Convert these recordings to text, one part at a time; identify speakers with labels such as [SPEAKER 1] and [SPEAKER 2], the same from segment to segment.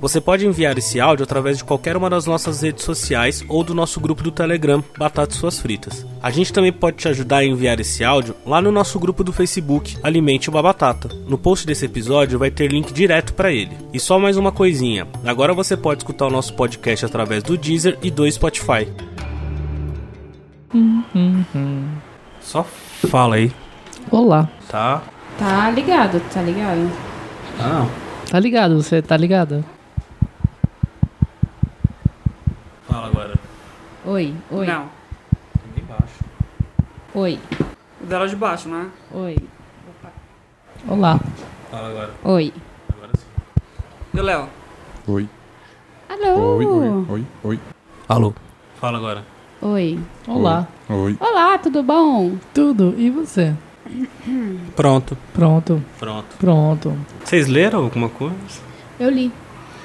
[SPEAKER 1] Você pode enviar esse áudio através de qualquer uma das nossas redes sociais ou do nosso grupo do Telegram, Batatas Suas Fritas. A gente também pode te ajudar a enviar esse áudio lá no nosso grupo do Facebook, Alimente uma Batata. No post desse episódio vai ter link direto para ele. E só mais uma coisinha: agora você pode escutar o nosso podcast através do Deezer e do Spotify. Só fala aí,
[SPEAKER 2] Olá.
[SPEAKER 1] tá?
[SPEAKER 3] Tá ligado, tá ligado?
[SPEAKER 1] Ah,
[SPEAKER 2] Tá ligado? Você tá ligado?
[SPEAKER 1] fala agora.
[SPEAKER 3] Oi, oi,
[SPEAKER 4] Não.
[SPEAKER 1] Bem baixo.
[SPEAKER 3] oi,
[SPEAKER 4] O dela é de baixo, né?
[SPEAKER 3] oi,
[SPEAKER 2] Olá.
[SPEAKER 1] Fala agora.
[SPEAKER 3] oi.
[SPEAKER 1] Agora sim.
[SPEAKER 4] E o Léo?
[SPEAKER 5] Oi,
[SPEAKER 3] Alô?
[SPEAKER 5] oi, oi, oi,
[SPEAKER 1] Alô? Fala agora.
[SPEAKER 3] Oi.
[SPEAKER 2] Olá.
[SPEAKER 5] oi, oi.
[SPEAKER 3] Olá, tudo bom?
[SPEAKER 2] Tudo. E você?
[SPEAKER 1] Pronto.
[SPEAKER 2] Pronto.
[SPEAKER 1] Pronto.
[SPEAKER 2] Pronto.
[SPEAKER 1] Vocês leram alguma coisa?
[SPEAKER 3] Eu li.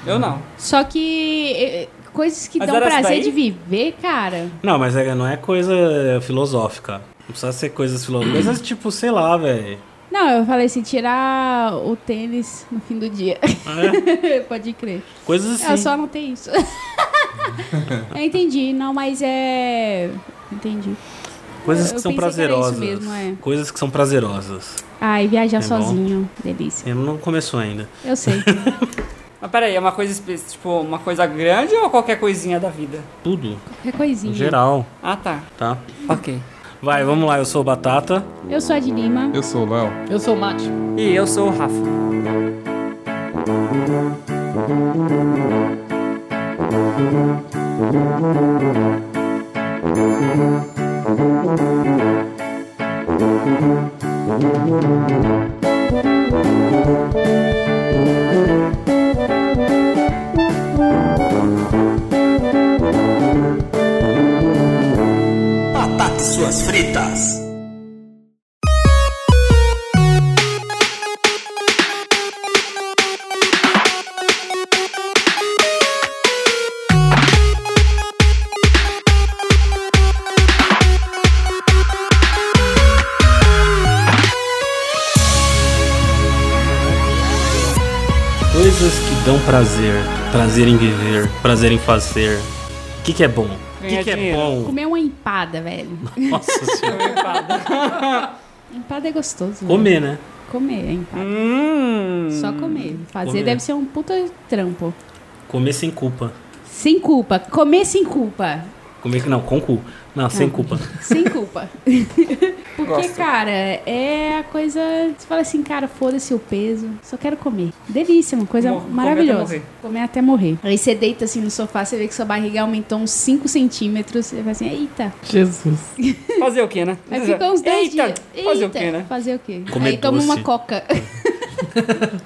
[SPEAKER 4] Eu não.
[SPEAKER 3] Só que eh, coisas que
[SPEAKER 4] Mas
[SPEAKER 3] dão
[SPEAKER 4] era essa
[SPEAKER 3] prazer
[SPEAKER 4] daí?
[SPEAKER 3] de viver, cara.
[SPEAKER 1] Não, mas é- não é coisa filosófica. Não precisa ser coisas filosóficas. Coisas tipo, sei lá, velho.
[SPEAKER 3] Não, eu falei assim, tirar o tênis no fim do dia.
[SPEAKER 1] É,
[SPEAKER 3] Pode crer.
[SPEAKER 1] coisas
[SPEAKER 3] É, Eu
[SPEAKER 1] assim.
[SPEAKER 3] só anotei isso. eu entendi, não, mas é... Entendi.
[SPEAKER 1] Coisas que
[SPEAKER 3] eu
[SPEAKER 1] são
[SPEAKER 3] pensei que era isso
[SPEAKER 1] prazerosas.
[SPEAKER 3] mesmo, é.
[SPEAKER 1] Coisas que são prazerosas.
[SPEAKER 3] Ai, viajar
[SPEAKER 1] É bom.
[SPEAKER 3] sozinho, delícia.
[SPEAKER 1] Ele não começou ainda.
[SPEAKER 3] Eu sei.
[SPEAKER 4] Mas peraí, é uma coisa específica, tipo, uma coisa grande ou qualquer coisinha da vida?
[SPEAKER 1] Tudo, em
[SPEAKER 3] Qualquer É coisinha.
[SPEAKER 1] geral,
[SPEAKER 4] Ah, tá.
[SPEAKER 1] tá?
[SPEAKER 4] Ok.
[SPEAKER 1] Vai, vamos lá. Eu sou o Batata.
[SPEAKER 3] Eu sou a de Lima.
[SPEAKER 5] Eu sou o Léo.
[SPEAKER 2] Eu sou o Mate.
[SPEAKER 4] E eu sou o Rafa.
[SPEAKER 1] Coisas que dão prazer. Prazer em viver. Prazer em fazer. O que, que é bom? O que,
[SPEAKER 4] Ganhar
[SPEAKER 1] que é
[SPEAKER 4] dinheiro.
[SPEAKER 1] bom?
[SPEAKER 3] Comer uma empada, velho.
[SPEAKER 1] Nossa senhora.
[SPEAKER 3] Empada é gostoso. velho.
[SPEAKER 1] Comer, né?
[SPEAKER 3] Comer, é empada.
[SPEAKER 4] Hum.
[SPEAKER 3] Só comer. Fazer
[SPEAKER 1] Comer.
[SPEAKER 3] deve ser um puta trampo.
[SPEAKER 1] Comer sem culpa.
[SPEAKER 3] Sem culpa. Comer sem culpa.
[SPEAKER 1] Comer que não, com cu. Não, sem culpa.
[SPEAKER 3] Sem culpa. Porque,
[SPEAKER 4] Gosto.
[SPEAKER 3] cara, é a coisa. Você fala assim, cara, foda-se o peso, só quero comer. Delícia, uma coisa
[SPEAKER 4] Mo- comer
[SPEAKER 3] maravilhosa.
[SPEAKER 4] até morrer.
[SPEAKER 3] Comer até morrer. Aí você deita assim no sofá, você vê que sua barriga aumentou uns 5 centímetros. Você fala assim, eita.
[SPEAKER 2] Jesus.
[SPEAKER 4] Fazer o quê, né?
[SPEAKER 3] Aí fica uns 10
[SPEAKER 4] Eita,
[SPEAKER 3] dias. Eita,
[SPEAKER 4] Fazer o quê, né?
[SPEAKER 3] Fazer o quê?
[SPEAKER 1] Comer
[SPEAKER 3] Aí toma
[SPEAKER 1] doce.
[SPEAKER 3] uma coca.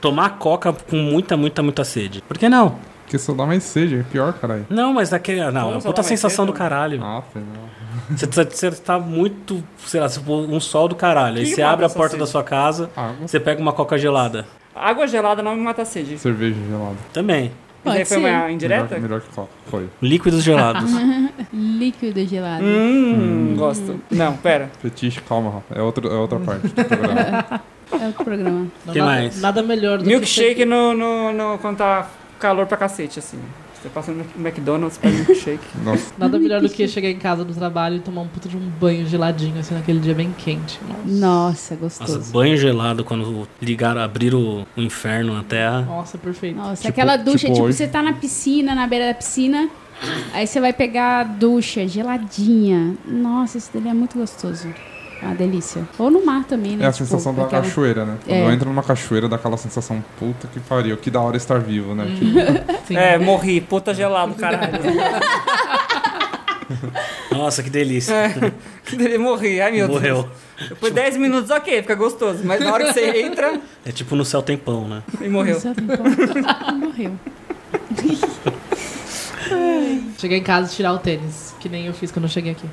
[SPEAKER 1] Tomar coca com muita, muita, muita sede. Por que não?
[SPEAKER 5] Porque só dá mais sede, é pior, caralho.
[SPEAKER 1] Não, mas daquele. Não, é uma
[SPEAKER 4] Vamos
[SPEAKER 1] puta
[SPEAKER 4] falar mais
[SPEAKER 1] sensação do
[SPEAKER 4] cedo?
[SPEAKER 1] caralho.
[SPEAKER 5] Ah, tá, não.
[SPEAKER 1] Você, tá- você tá muito, sei lá, se for um sol do caralho. Aí
[SPEAKER 4] Que
[SPEAKER 1] você
[SPEAKER 4] que
[SPEAKER 1] abre a
[SPEAKER 4] mata
[SPEAKER 1] porta
[SPEAKER 4] essa
[SPEAKER 1] da
[SPEAKER 4] sede?
[SPEAKER 1] sua casa,
[SPEAKER 5] Água,
[SPEAKER 1] você pega uma coca gelada.
[SPEAKER 4] Água gelada não me mata a sede. Isso
[SPEAKER 5] cerveja gelada.
[SPEAKER 1] Também.
[SPEAKER 3] Pode
[SPEAKER 4] aí foi
[SPEAKER 3] ser.
[SPEAKER 4] uma indireta?
[SPEAKER 5] Melhor, melhor que coca. Foi.
[SPEAKER 1] Líquidos gelados.
[SPEAKER 4] Ah.
[SPEAKER 3] Líquido gelado.
[SPEAKER 4] Hum, gosto. Não, pera.
[SPEAKER 5] Fetiche, calma, Rafa. É, outro, é outra parte do programa.
[SPEAKER 3] É outro programa.
[SPEAKER 2] Não,
[SPEAKER 1] Que
[SPEAKER 2] nada,
[SPEAKER 1] mais?
[SPEAKER 2] Nada melhor do
[SPEAKER 4] Milkshake
[SPEAKER 2] que...
[SPEAKER 4] no, no, no, quando tá calor pra cacete, assim. Você passa no McDonald's, pega um milkshake.
[SPEAKER 5] Nossa, é
[SPEAKER 2] Nada melhor do que chegar em casa do trabalho e tomar um puta de um banho geladinho, assim, naquele dia bem quente. Nossa.
[SPEAKER 3] Nossa,
[SPEAKER 1] Nossa,
[SPEAKER 3] gostoso.
[SPEAKER 1] banho gelado quando ligaram, abriram o, o inferno na terra.
[SPEAKER 2] Nossa, perfeito.
[SPEAKER 3] Nossa,
[SPEAKER 5] Tipo-
[SPEAKER 3] aquela ducha,
[SPEAKER 5] tipo
[SPEAKER 3] tipo,
[SPEAKER 5] hoje.
[SPEAKER 3] você tá na piscina, na beira da piscina, aí você vai pegar a ducha geladinha. Nossa, isso dele é muito gostoso. É uma delícia. Ou no mar também, né?
[SPEAKER 5] é a
[SPEAKER 3] Tipo,
[SPEAKER 5] sensação da
[SPEAKER 3] aquela-
[SPEAKER 5] cachoeira, né? Quando
[SPEAKER 3] É.
[SPEAKER 5] eu entro numa cachoeira, dá aquela sensação, puta que pariu, que da hora estar vivo, né?
[SPEAKER 3] Uhum.
[SPEAKER 5] Tipo,
[SPEAKER 2] Sim.
[SPEAKER 4] É, morri. Puta gelado, caralho.
[SPEAKER 1] Nossa, que delícia.
[SPEAKER 4] Ele morri. Ai, É, meu Deus.
[SPEAKER 1] Morreu.
[SPEAKER 4] Por 10 minutos, ok, fica gostoso. Mas na hora que você entra,
[SPEAKER 1] É tipo no céu tem pão, né?
[SPEAKER 4] e morreu.
[SPEAKER 3] Nossa, então, Morreu.
[SPEAKER 2] Chegar em casa e tirar o tênis, que nem eu fiz quando eu cheguei aqui.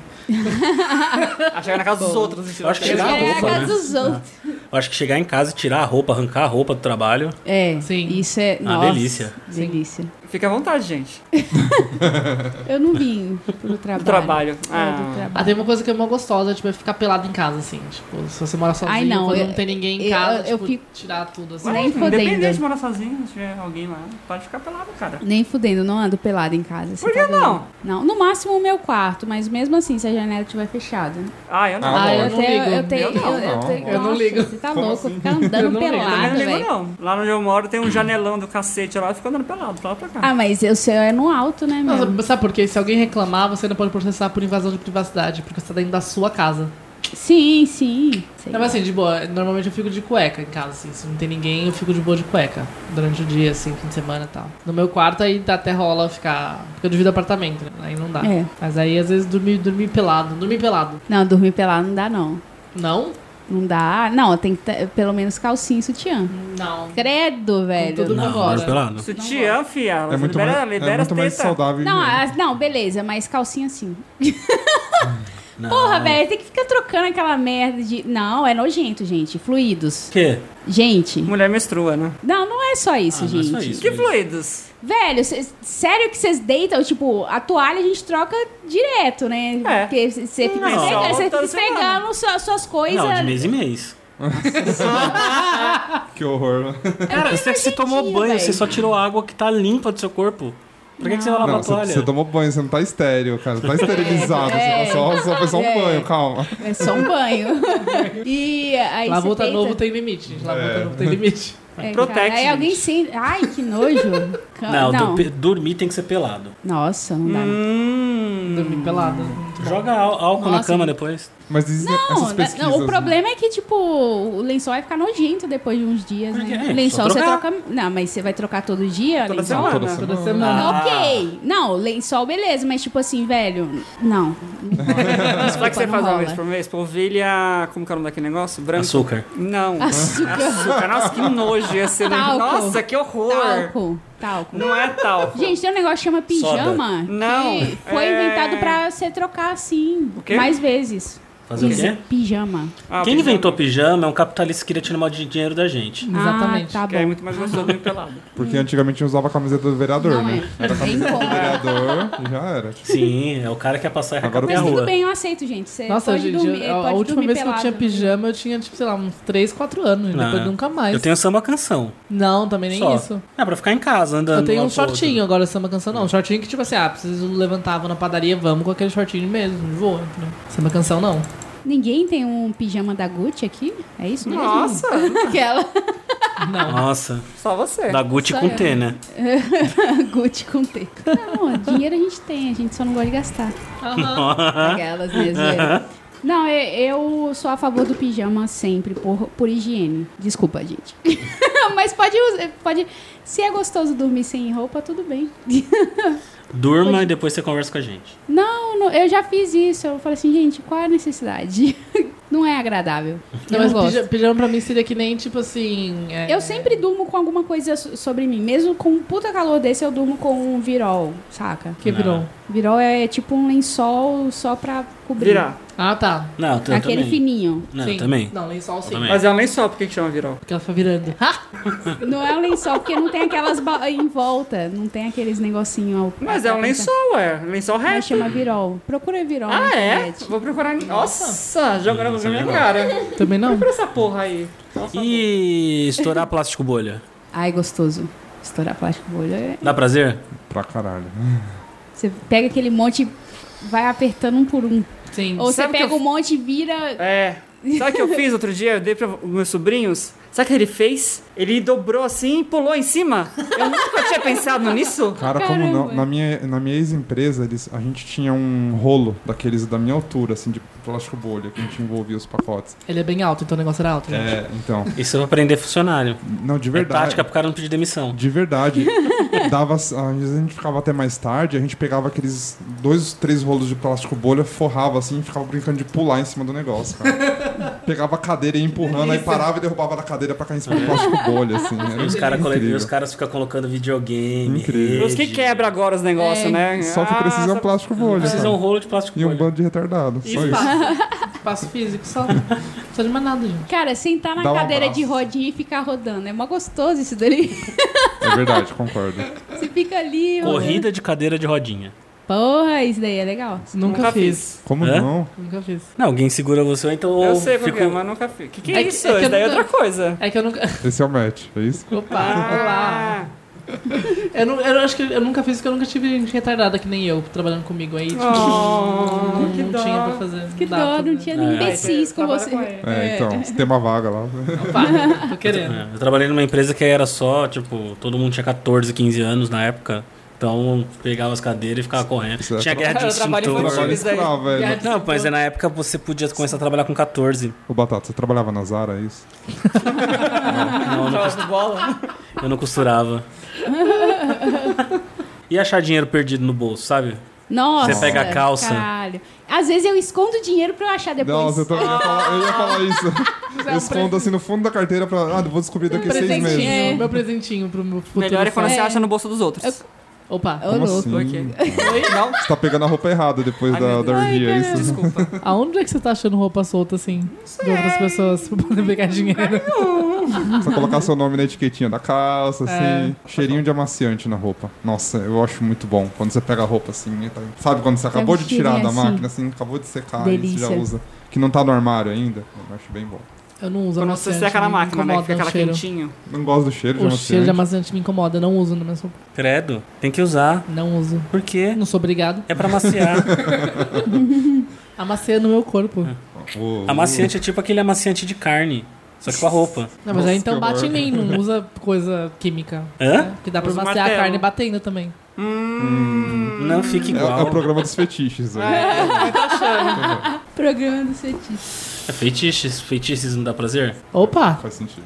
[SPEAKER 4] A chegar na casa dos outros. assim.
[SPEAKER 1] Eu acho que
[SPEAKER 3] Eu é
[SPEAKER 1] tirar a
[SPEAKER 3] quero ir a
[SPEAKER 1] roupa,
[SPEAKER 3] casa
[SPEAKER 1] né?
[SPEAKER 3] dos outros.
[SPEAKER 1] Eu acho que
[SPEAKER 4] Ah.
[SPEAKER 1] chegar em casa e tirar a roupa, arrancar a roupa do trabalho.
[SPEAKER 3] É,
[SPEAKER 2] Sim.
[SPEAKER 3] isso é...
[SPEAKER 1] Uma
[SPEAKER 3] nossa,
[SPEAKER 1] delícia.
[SPEAKER 3] Delícia.
[SPEAKER 4] Fica à vontade, gente.
[SPEAKER 3] Eu não vim pro trabalho.
[SPEAKER 4] Do trabalho.
[SPEAKER 3] É,
[SPEAKER 4] Ah,
[SPEAKER 3] do
[SPEAKER 2] Ah, tem
[SPEAKER 3] trabalho.
[SPEAKER 2] uma coisa que é mó gostosa, tipo, é ficar pelado em casa, assim. Tipo, se você mora sozinho,
[SPEAKER 3] Ai, não,
[SPEAKER 2] quando
[SPEAKER 3] eu-
[SPEAKER 2] não tem ninguém em
[SPEAKER 3] eu-
[SPEAKER 2] casa,
[SPEAKER 3] eu
[SPEAKER 2] tipo,
[SPEAKER 3] fico-
[SPEAKER 2] tirar tudo, assim.
[SPEAKER 4] Ué,
[SPEAKER 3] nem
[SPEAKER 4] Independente
[SPEAKER 3] fodendo.
[SPEAKER 4] de morar sozinho, se tiver alguém lá, pode ficar pelado, cara.
[SPEAKER 3] Nem fudendo, não ando pelado em casa.
[SPEAKER 4] Por
[SPEAKER 3] você tá
[SPEAKER 4] que não?
[SPEAKER 3] doido? Não, no máximo o meu quarto, mas mesmo assim, se a janela estiver fechada.
[SPEAKER 4] Ah, eu não.
[SPEAKER 5] Ah,
[SPEAKER 3] Ah, eu,
[SPEAKER 2] não
[SPEAKER 3] tenho,
[SPEAKER 2] ligo.
[SPEAKER 3] eu tenho.
[SPEAKER 4] Eu não,
[SPEAKER 5] não.
[SPEAKER 3] tenho-
[SPEAKER 2] Eu não
[SPEAKER 3] Nossa,
[SPEAKER 2] ligo.
[SPEAKER 3] Você tá
[SPEAKER 5] Como
[SPEAKER 3] louco,
[SPEAKER 5] assim?
[SPEAKER 3] ficar andando
[SPEAKER 2] Eu não ligo.
[SPEAKER 4] Eu também
[SPEAKER 3] pelado,
[SPEAKER 4] não ligo,
[SPEAKER 3] velho.
[SPEAKER 4] não. Lá onde eu moro tem um janelão do cacete lá, eu fico andando pelado, pra lá pra cá.
[SPEAKER 3] Ah, mas o seu é no alto, né, meu?
[SPEAKER 2] Não, sabe por quê? Se alguém reclamar, você não pode processar por invasão de privacidade, porque você tá dentro da sua casa.
[SPEAKER 3] Sim, sim. Sei.
[SPEAKER 2] Não, mas assim, de boa, normalmente eu fico de cueca em casa, assim. Se não tem ninguém, eu fico de boa de cueca. Durante o dia, assim, fim de semana e tal. No meu quarto aí dá até rola ficar. Porque eu divido apartamento, né? Aí não dá.
[SPEAKER 3] É.
[SPEAKER 2] Mas aí às vezes dormir, dormir pelado. Dormir pelado.
[SPEAKER 3] Não, dormir pelado não dá, não.
[SPEAKER 2] Não?
[SPEAKER 3] Não dá. Não, tem que ter, pelo menos calcinha e sutiã.
[SPEAKER 2] Não.
[SPEAKER 3] Credo, velho.
[SPEAKER 2] Hum. tudo
[SPEAKER 3] não,
[SPEAKER 1] Não,
[SPEAKER 2] agora.
[SPEAKER 1] dormir pelado.
[SPEAKER 4] Sutiã, fia.
[SPEAKER 5] É muito
[SPEAKER 4] libera,
[SPEAKER 5] mais,
[SPEAKER 4] libera
[SPEAKER 5] é muito
[SPEAKER 4] as
[SPEAKER 5] mais
[SPEAKER 4] tetas.
[SPEAKER 5] saudável.
[SPEAKER 3] não,
[SPEAKER 5] mesmo.
[SPEAKER 3] as- não, beleza, mas calcinha sim.
[SPEAKER 1] Não.
[SPEAKER 3] Porra, velho, tem que ficar trocando aquela merda de. Não, é nojento, gente. Fluidos.
[SPEAKER 1] O quê?
[SPEAKER 3] Gente.
[SPEAKER 4] Mulher menstrua, né?
[SPEAKER 3] Não, não é só isso,
[SPEAKER 1] Ah, não é
[SPEAKER 3] gente.
[SPEAKER 1] só isso.
[SPEAKER 4] Que fluidos?
[SPEAKER 3] Velho, cês- sério que vocês deitam? Tipo, a toalha a gente troca direto, né?
[SPEAKER 4] É.
[SPEAKER 3] Porque você fica
[SPEAKER 1] Não.
[SPEAKER 3] esfregando, você
[SPEAKER 4] Toda
[SPEAKER 3] fica esfregando sua- suas coisas.
[SPEAKER 1] Não, de mês em mês.
[SPEAKER 3] é.
[SPEAKER 5] Que horror. né? mano.
[SPEAKER 1] Cara, você, você tomou
[SPEAKER 3] sentido,
[SPEAKER 1] banho,
[SPEAKER 3] velho.
[SPEAKER 1] você só tirou a água que tá limpa do seu corpo. Por que, que você vai lavar
[SPEAKER 5] Não,
[SPEAKER 1] a
[SPEAKER 5] você,
[SPEAKER 1] toalha?
[SPEAKER 5] você tomou banho, você não tá estéreo, cara. Tá esterilizado.
[SPEAKER 3] É.
[SPEAKER 5] assim, só, só, foi só um
[SPEAKER 3] É.
[SPEAKER 5] banho, calma.
[SPEAKER 3] É só um banho. e aí
[SPEAKER 2] Lá
[SPEAKER 3] você
[SPEAKER 2] volta
[SPEAKER 3] deita-
[SPEAKER 2] novo tem limite, gente. Lá
[SPEAKER 5] É.
[SPEAKER 2] volta novo tem limite.
[SPEAKER 3] É,
[SPEAKER 4] Protect,
[SPEAKER 3] cara, Aí
[SPEAKER 4] gente.
[SPEAKER 3] alguém sem. Ai, que nojo.
[SPEAKER 1] Não,
[SPEAKER 3] Ah, não.
[SPEAKER 1] do- pe- dormir tem que ser pelado.
[SPEAKER 3] Nossa, não dá.
[SPEAKER 2] Dormir
[SPEAKER 4] Hum.
[SPEAKER 2] pelado.
[SPEAKER 1] Joga ál- álcool na
[SPEAKER 3] Nossa.
[SPEAKER 1] cama depois.
[SPEAKER 5] Mas existem
[SPEAKER 3] Não,
[SPEAKER 5] essas
[SPEAKER 3] né,
[SPEAKER 5] pesquisas.
[SPEAKER 3] não, o problema é que, tipo, o lençol vai ficar nojento depois de uns dias,
[SPEAKER 1] Por quê?
[SPEAKER 3] né?
[SPEAKER 1] É,
[SPEAKER 3] O lençol
[SPEAKER 1] só
[SPEAKER 3] você
[SPEAKER 1] trocar.
[SPEAKER 3] troca. Não, mas você vai trocar todo dia?
[SPEAKER 4] Toda
[SPEAKER 3] lençol?
[SPEAKER 5] Não, toda
[SPEAKER 4] semana.
[SPEAKER 2] Toda
[SPEAKER 5] semana.
[SPEAKER 2] semana.
[SPEAKER 1] Ah.
[SPEAKER 3] Ok. Não, lençol, beleza, mas tipo assim, velho. Não.
[SPEAKER 4] Será que você
[SPEAKER 3] não
[SPEAKER 4] faz uma
[SPEAKER 3] rola.
[SPEAKER 4] vez por mês? Polvilha. Como que é o nome daquele negócio? Branco.
[SPEAKER 1] Açúcar.
[SPEAKER 4] Não.
[SPEAKER 3] Açúcar.
[SPEAKER 4] Açúcar. Nossa, que nojo ia ser. né?
[SPEAKER 3] Talco.
[SPEAKER 4] Nossa, que horror.
[SPEAKER 3] Talco. Talco.
[SPEAKER 4] Não é talco.
[SPEAKER 3] Gente, tem um negócio que chama pijama.
[SPEAKER 4] Soda. Não,
[SPEAKER 3] Que foi
[SPEAKER 4] é-
[SPEAKER 3] inventado pra você trocar assim.
[SPEAKER 4] quê?
[SPEAKER 3] Mais vezes.
[SPEAKER 1] Fazer o
[SPEAKER 3] Pis-
[SPEAKER 1] quê?
[SPEAKER 3] Pijama.
[SPEAKER 4] Ah,
[SPEAKER 1] Quem
[SPEAKER 4] pijama,
[SPEAKER 1] inventou pijama é um capitalista que queria tirar mal de dinheiro da gente.
[SPEAKER 2] Exatamente.
[SPEAKER 3] Ah, tá
[SPEAKER 4] Que é
[SPEAKER 3] bom.
[SPEAKER 4] muito mais gostoso do que pelado.
[SPEAKER 5] Porque antigamente usava a camiseta do vereador,
[SPEAKER 3] Não
[SPEAKER 5] né?
[SPEAKER 3] é. Tem como.
[SPEAKER 5] Vereador, e já era. Tipo,
[SPEAKER 1] Sim, é o cara que ia passar e arrancar
[SPEAKER 5] Agora o
[SPEAKER 1] pra
[SPEAKER 3] Mas
[SPEAKER 5] Minha
[SPEAKER 3] tudo
[SPEAKER 1] rua.
[SPEAKER 3] bem, eu aceito, gente. Você
[SPEAKER 2] Nossa,
[SPEAKER 3] É, pode
[SPEAKER 2] gente,
[SPEAKER 3] dormir,
[SPEAKER 2] eu- a, a
[SPEAKER 3] pode
[SPEAKER 2] última
[SPEAKER 3] dormir
[SPEAKER 2] vez que eu
[SPEAKER 3] pelado.
[SPEAKER 2] tinha pijama, eu tinha, tipo, sei lá, uns 3, 4 anos.
[SPEAKER 1] Não.
[SPEAKER 2] Depois nunca mais.
[SPEAKER 1] Ah, Eu tenho samba canção.
[SPEAKER 2] Não, também nem
[SPEAKER 1] só.
[SPEAKER 2] isso.
[SPEAKER 1] É pra ficar em casa andando.
[SPEAKER 2] Eu tenho
[SPEAKER 1] lá
[SPEAKER 2] um
[SPEAKER 1] pro outro.
[SPEAKER 2] shortinho agora, samba canção não. Um shortinho que, tipo assim, ah, preciso levantavam na padaria, vamos com aquele shortinho mesmo, de boa. entendeu? Samba canção não.
[SPEAKER 3] Ninguém tem um pijama da Gucci aqui? É isso mesmo?
[SPEAKER 4] Nossa,
[SPEAKER 3] Aquela
[SPEAKER 2] Não.
[SPEAKER 1] Nossa,
[SPEAKER 4] só você.
[SPEAKER 1] da Gucci
[SPEAKER 3] Só
[SPEAKER 1] com
[SPEAKER 3] eu.
[SPEAKER 1] T, né?
[SPEAKER 3] Gucci com T. Não, dinheiro a gente tem, a gente só não gosta de gastar. Aquelas mesmo. é. Não, eu, eu sou a favor do pijama sempre, por, por higiene. Desculpa, gente. Mas pode, usar- pode. Se é gostoso dormir sem roupa, tudo bem.
[SPEAKER 1] Durma e depois você conversa com a gente.
[SPEAKER 3] Não, não, eu já fiz isso. Eu falei assim, gente, qual é a necessidade? Não é agradável.
[SPEAKER 2] Não,
[SPEAKER 3] eu
[SPEAKER 2] mas
[SPEAKER 3] não gosto.
[SPEAKER 2] pija- pijama pra mim seria que nem, tipo assim. é-
[SPEAKER 3] Eu sempre durmo com alguma coisa so- sobre mim. Mesmo com um puta calor desse, eu durmo com um virol, saca?
[SPEAKER 2] Que virou.
[SPEAKER 1] Não.
[SPEAKER 3] Virol é tipo um lençol só pra cobrir.
[SPEAKER 4] Virar.
[SPEAKER 2] Ah, tá.
[SPEAKER 1] Não, eu
[SPEAKER 3] Aquele
[SPEAKER 1] também.
[SPEAKER 3] fininho.
[SPEAKER 1] Não, eu
[SPEAKER 2] Sim.
[SPEAKER 1] também.
[SPEAKER 2] Não, lençol sim.
[SPEAKER 1] também.
[SPEAKER 4] Mas é um lençol, por que que chama viral?
[SPEAKER 2] Porque ela fica virando. Ha!
[SPEAKER 3] Não é um lençol, porque não tem aquelas ba- em volta. Não tem aqueles negocinho. ao-
[SPEAKER 4] Mas é um lençol, ué. Lençol
[SPEAKER 3] Mas
[SPEAKER 4] reto.
[SPEAKER 3] chama virol. Procura virol na
[SPEAKER 4] Ah, é?
[SPEAKER 3] internet.
[SPEAKER 4] Vou procurar. Nossa, jogando
[SPEAKER 5] é
[SPEAKER 4] na
[SPEAKER 1] Nossa,
[SPEAKER 4] minha
[SPEAKER 1] legal.
[SPEAKER 4] cara.
[SPEAKER 2] Também não.
[SPEAKER 4] Procura essa porra aí.
[SPEAKER 1] E estourar plástico bolha.
[SPEAKER 3] Ai, gostoso. Estourar plástico bolha. é-
[SPEAKER 1] Dá prazer?
[SPEAKER 5] pra caralho. né?
[SPEAKER 3] Você pega aquele monte e vai apertando um por um.
[SPEAKER 2] Sim.
[SPEAKER 3] Ou
[SPEAKER 4] Sabe
[SPEAKER 3] você
[SPEAKER 4] que
[SPEAKER 3] pega
[SPEAKER 4] eu-
[SPEAKER 3] um monte e vira...
[SPEAKER 4] É. Sabe o que eu fiz outro dia? Eu dei pra meus sobrinhos. Sabe o que ele fez? Ele dobrou assim e pulou em cima. Eu nunca tinha pensado nisso.
[SPEAKER 5] Cara, como
[SPEAKER 3] Caramba.
[SPEAKER 5] não? Na minha, na minha ex-empresa, eles, a gente tinha um rolo daqueles da minha altura, assim, de plástico bolha, que a gente envolvia os pacotes.
[SPEAKER 2] Ele é bem alto, então o negócio era alto. gente.
[SPEAKER 5] É, então.
[SPEAKER 1] Isso é pra prender funcionário.
[SPEAKER 5] Não, de
[SPEAKER 1] É
[SPEAKER 5] verdade.
[SPEAKER 1] tática pro cara não pedir demissão.
[SPEAKER 5] De verdade. Dava, às vezes a gente ficava até mais tarde, a gente pegava aqueles dois, três rolos de plástico bolha, forrava assim e ficava brincando de pular em cima do negócio, cara. Pegava a cadeira e ia empurrando, aí parava e derrubava da cadeira pra cair em cima do plástico bolha, assim. Era
[SPEAKER 1] E os caras
[SPEAKER 5] incrível.
[SPEAKER 1] os caras ficam colocando videogame.
[SPEAKER 5] Incrível.
[SPEAKER 4] Os que
[SPEAKER 1] rede.
[SPEAKER 4] quebra agora os negócios,
[SPEAKER 3] É.
[SPEAKER 4] né?
[SPEAKER 5] Só que
[SPEAKER 4] Ah,
[SPEAKER 5] precisa um
[SPEAKER 4] só-
[SPEAKER 5] plástico bolha,
[SPEAKER 1] Precisa
[SPEAKER 5] sabe?
[SPEAKER 1] um rolo de plástico
[SPEAKER 5] E um
[SPEAKER 1] bolha.
[SPEAKER 5] bando de retardado. Só isso.
[SPEAKER 1] É.
[SPEAKER 2] Espaço. Espaço físico só. Não precisa de mais nada, gente.
[SPEAKER 3] Cara, sentar na
[SPEAKER 5] Dá um
[SPEAKER 3] cadeira de
[SPEAKER 5] abraço.
[SPEAKER 3] rodinha e ficar rodando. É mó gostoso isso dali.
[SPEAKER 5] É verdade, concordo.
[SPEAKER 3] Se fica ali. rolando.
[SPEAKER 1] Corrida de cadeira de rodinha.
[SPEAKER 3] Porra, isso daí é legal.
[SPEAKER 2] Nunca,
[SPEAKER 4] Nunca
[SPEAKER 2] fiz.
[SPEAKER 5] Como
[SPEAKER 1] Hã?
[SPEAKER 5] não?
[SPEAKER 2] Nunca fiz.
[SPEAKER 1] Não, alguém segura você, ou então ou
[SPEAKER 4] Eu sei qual
[SPEAKER 1] fica
[SPEAKER 4] que é, mas nunca fiz. O que, que é,
[SPEAKER 2] É que-
[SPEAKER 4] isso?
[SPEAKER 2] é que eu
[SPEAKER 4] isso daí é
[SPEAKER 2] nunca-
[SPEAKER 4] outra coisa.
[SPEAKER 2] É que eu nunca.
[SPEAKER 5] Esse é o match, é isso?
[SPEAKER 2] Opa, olá. Eu, nu- eu acho que eu nunca fiz porque eu nunca tive gente retardada que nem eu trabalhando comigo aí. Tipo,
[SPEAKER 4] Oh,
[SPEAKER 2] não
[SPEAKER 4] que dó.
[SPEAKER 2] tinha pra fazer.
[SPEAKER 3] Que
[SPEAKER 2] dá pra
[SPEAKER 3] dó, não
[SPEAKER 2] fazer.
[SPEAKER 3] tinha
[SPEAKER 1] É.
[SPEAKER 3] nem imbecis com
[SPEAKER 4] Trabalha
[SPEAKER 3] você.
[SPEAKER 4] com ele.
[SPEAKER 5] É, então, se tem uma vaga lá.
[SPEAKER 2] Opa, tô querendo.
[SPEAKER 1] É, eu trabalhei numa empresa que era só, tipo, todo mundo tinha 14, 15 anos na época. Então pegava as cadeiras e ficava correndo.
[SPEAKER 5] Isso é
[SPEAKER 1] tinha
[SPEAKER 5] tra-
[SPEAKER 1] guerra de
[SPEAKER 4] Cara, eu trabalho
[SPEAKER 1] extintor.
[SPEAKER 5] Trabalho
[SPEAKER 4] infantil.
[SPEAKER 5] escravo, velho.
[SPEAKER 1] Não, mas é na época você podia começar a trabalhar com 14.
[SPEAKER 5] Ô, Batata, você trabalhava na Zara, é isso?
[SPEAKER 4] Ah,
[SPEAKER 1] Não, eu não
[SPEAKER 4] Jogos de bola.
[SPEAKER 1] Eu não costurava. e achar dinheiro perdido no bolso, sabe?
[SPEAKER 3] Nossa.
[SPEAKER 1] Você pega a calça.
[SPEAKER 3] Caralho. Às vezes eu escondo dinheiro pra eu achar depois.
[SPEAKER 5] Nossa, eu, tô- eu ia falar- eu ia falar isso. Eu escondo assim no fundo da carteira pra. Ah, vou descobrir daqui a seis meses.
[SPEAKER 2] Presentinho,
[SPEAKER 3] É.
[SPEAKER 2] meu presentinho pro meu futuro.
[SPEAKER 4] Melhor é quando
[SPEAKER 2] filho.
[SPEAKER 4] você acha no bolso dos outros.
[SPEAKER 2] Opa,
[SPEAKER 3] Ô,
[SPEAKER 5] Como
[SPEAKER 3] louco.
[SPEAKER 5] assim?
[SPEAKER 4] Oi? Não?
[SPEAKER 5] Você tá pegando a roupa errada depois
[SPEAKER 4] Ai,
[SPEAKER 5] da,
[SPEAKER 4] meu
[SPEAKER 5] da
[SPEAKER 4] Deus.
[SPEAKER 5] orgia, é isso?
[SPEAKER 4] Desculpa.
[SPEAKER 2] aonde é que você tá achando roupa solta assim? De outras pessoas pra poder pegar dinheiro.
[SPEAKER 5] Só colocar seu nome na etiquetinha da
[SPEAKER 2] É.
[SPEAKER 5] calça, assim. Cheirinho de amaciante na roupa. Nossa, eu acho muito bom. Quando você pega a roupa assim, e tá- sabe quando você acabou
[SPEAKER 3] um
[SPEAKER 5] de tirar da
[SPEAKER 3] cheirinho
[SPEAKER 5] máquina, assim, acabou de secar e você já
[SPEAKER 3] Delícia.
[SPEAKER 5] usa. Que não tá no armário ainda. Eu acho bem bom.
[SPEAKER 2] Eu não uso
[SPEAKER 4] Quando você
[SPEAKER 2] amaciante.
[SPEAKER 4] seca na
[SPEAKER 2] me
[SPEAKER 4] máquina, né? que
[SPEAKER 2] incomoda
[SPEAKER 4] Fica
[SPEAKER 2] o
[SPEAKER 4] aquela
[SPEAKER 2] cheiro.
[SPEAKER 4] quentinha.
[SPEAKER 5] Não gosto do cheiro de
[SPEAKER 2] O cheiro de
[SPEAKER 5] amaciante.
[SPEAKER 2] amaciante me incomoda, não uso na minha sopa.
[SPEAKER 1] Credo, tem que usar.
[SPEAKER 2] Não uso.
[SPEAKER 1] Por quê?
[SPEAKER 2] Não sou obrigado.
[SPEAKER 1] É pra maciar.
[SPEAKER 2] Amacia no meu corpo.
[SPEAKER 5] Ô, ô.
[SPEAKER 1] Amaciante é tipo aquele amaciante de carne, só que com a roupa.
[SPEAKER 2] Não, mas aí então
[SPEAKER 5] que
[SPEAKER 2] bate em
[SPEAKER 5] horror.
[SPEAKER 2] mim, não usa coisa química.
[SPEAKER 1] Hã?
[SPEAKER 2] né? Que dá pra
[SPEAKER 4] Usa um
[SPEAKER 2] maciar a
[SPEAKER 4] martelo.
[SPEAKER 2] carne batendo também.
[SPEAKER 4] Hum,
[SPEAKER 2] Hum,
[SPEAKER 1] Não fica
[SPEAKER 5] É, é o
[SPEAKER 1] igual.
[SPEAKER 5] programa dos fetiches. né? assim?
[SPEAKER 3] Programa do Cetis.
[SPEAKER 1] É feitiços, feitiços não dá prazer?
[SPEAKER 2] Opa!
[SPEAKER 5] Faz sentido.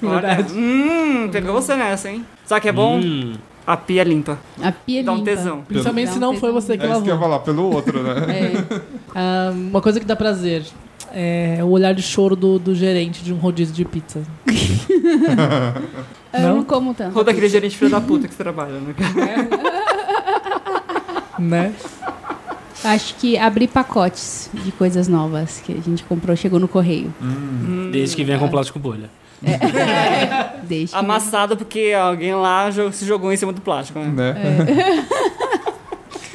[SPEAKER 2] Verdade.
[SPEAKER 4] Olha, Hum, pegou você nessa, hein? Só que é bom
[SPEAKER 1] Hum,
[SPEAKER 4] a pia é limpa.
[SPEAKER 3] A
[SPEAKER 2] É
[SPEAKER 3] pia
[SPEAKER 4] Dá um
[SPEAKER 3] limpa.
[SPEAKER 4] tesão.
[SPEAKER 2] Principalmente
[SPEAKER 3] Dá
[SPEAKER 2] se
[SPEAKER 3] um
[SPEAKER 2] não foi
[SPEAKER 3] tesão.
[SPEAKER 2] você que
[SPEAKER 5] É isso que eu ia
[SPEAKER 2] lavou.
[SPEAKER 5] falar, pelo outro, né?
[SPEAKER 2] É. Ah, uma coisa que dá prazer é o olhar de choro do, do gerente de um rodízio de pizza.
[SPEAKER 3] Eu
[SPEAKER 2] Não?
[SPEAKER 3] não, como tanto.
[SPEAKER 4] Ou daquele gerente filho da puta que você trabalha, né?
[SPEAKER 2] Né?
[SPEAKER 3] Acho que abrir pacotes de coisas novas que a gente comprou, chegou no correio.
[SPEAKER 1] Hum. desde que
[SPEAKER 5] Hum.
[SPEAKER 1] venha com plástico bolha.
[SPEAKER 3] Deixa.
[SPEAKER 4] Amassado porque alguém lá jo- se jogou em cima do plástico, né?
[SPEAKER 5] Né?
[SPEAKER 3] É.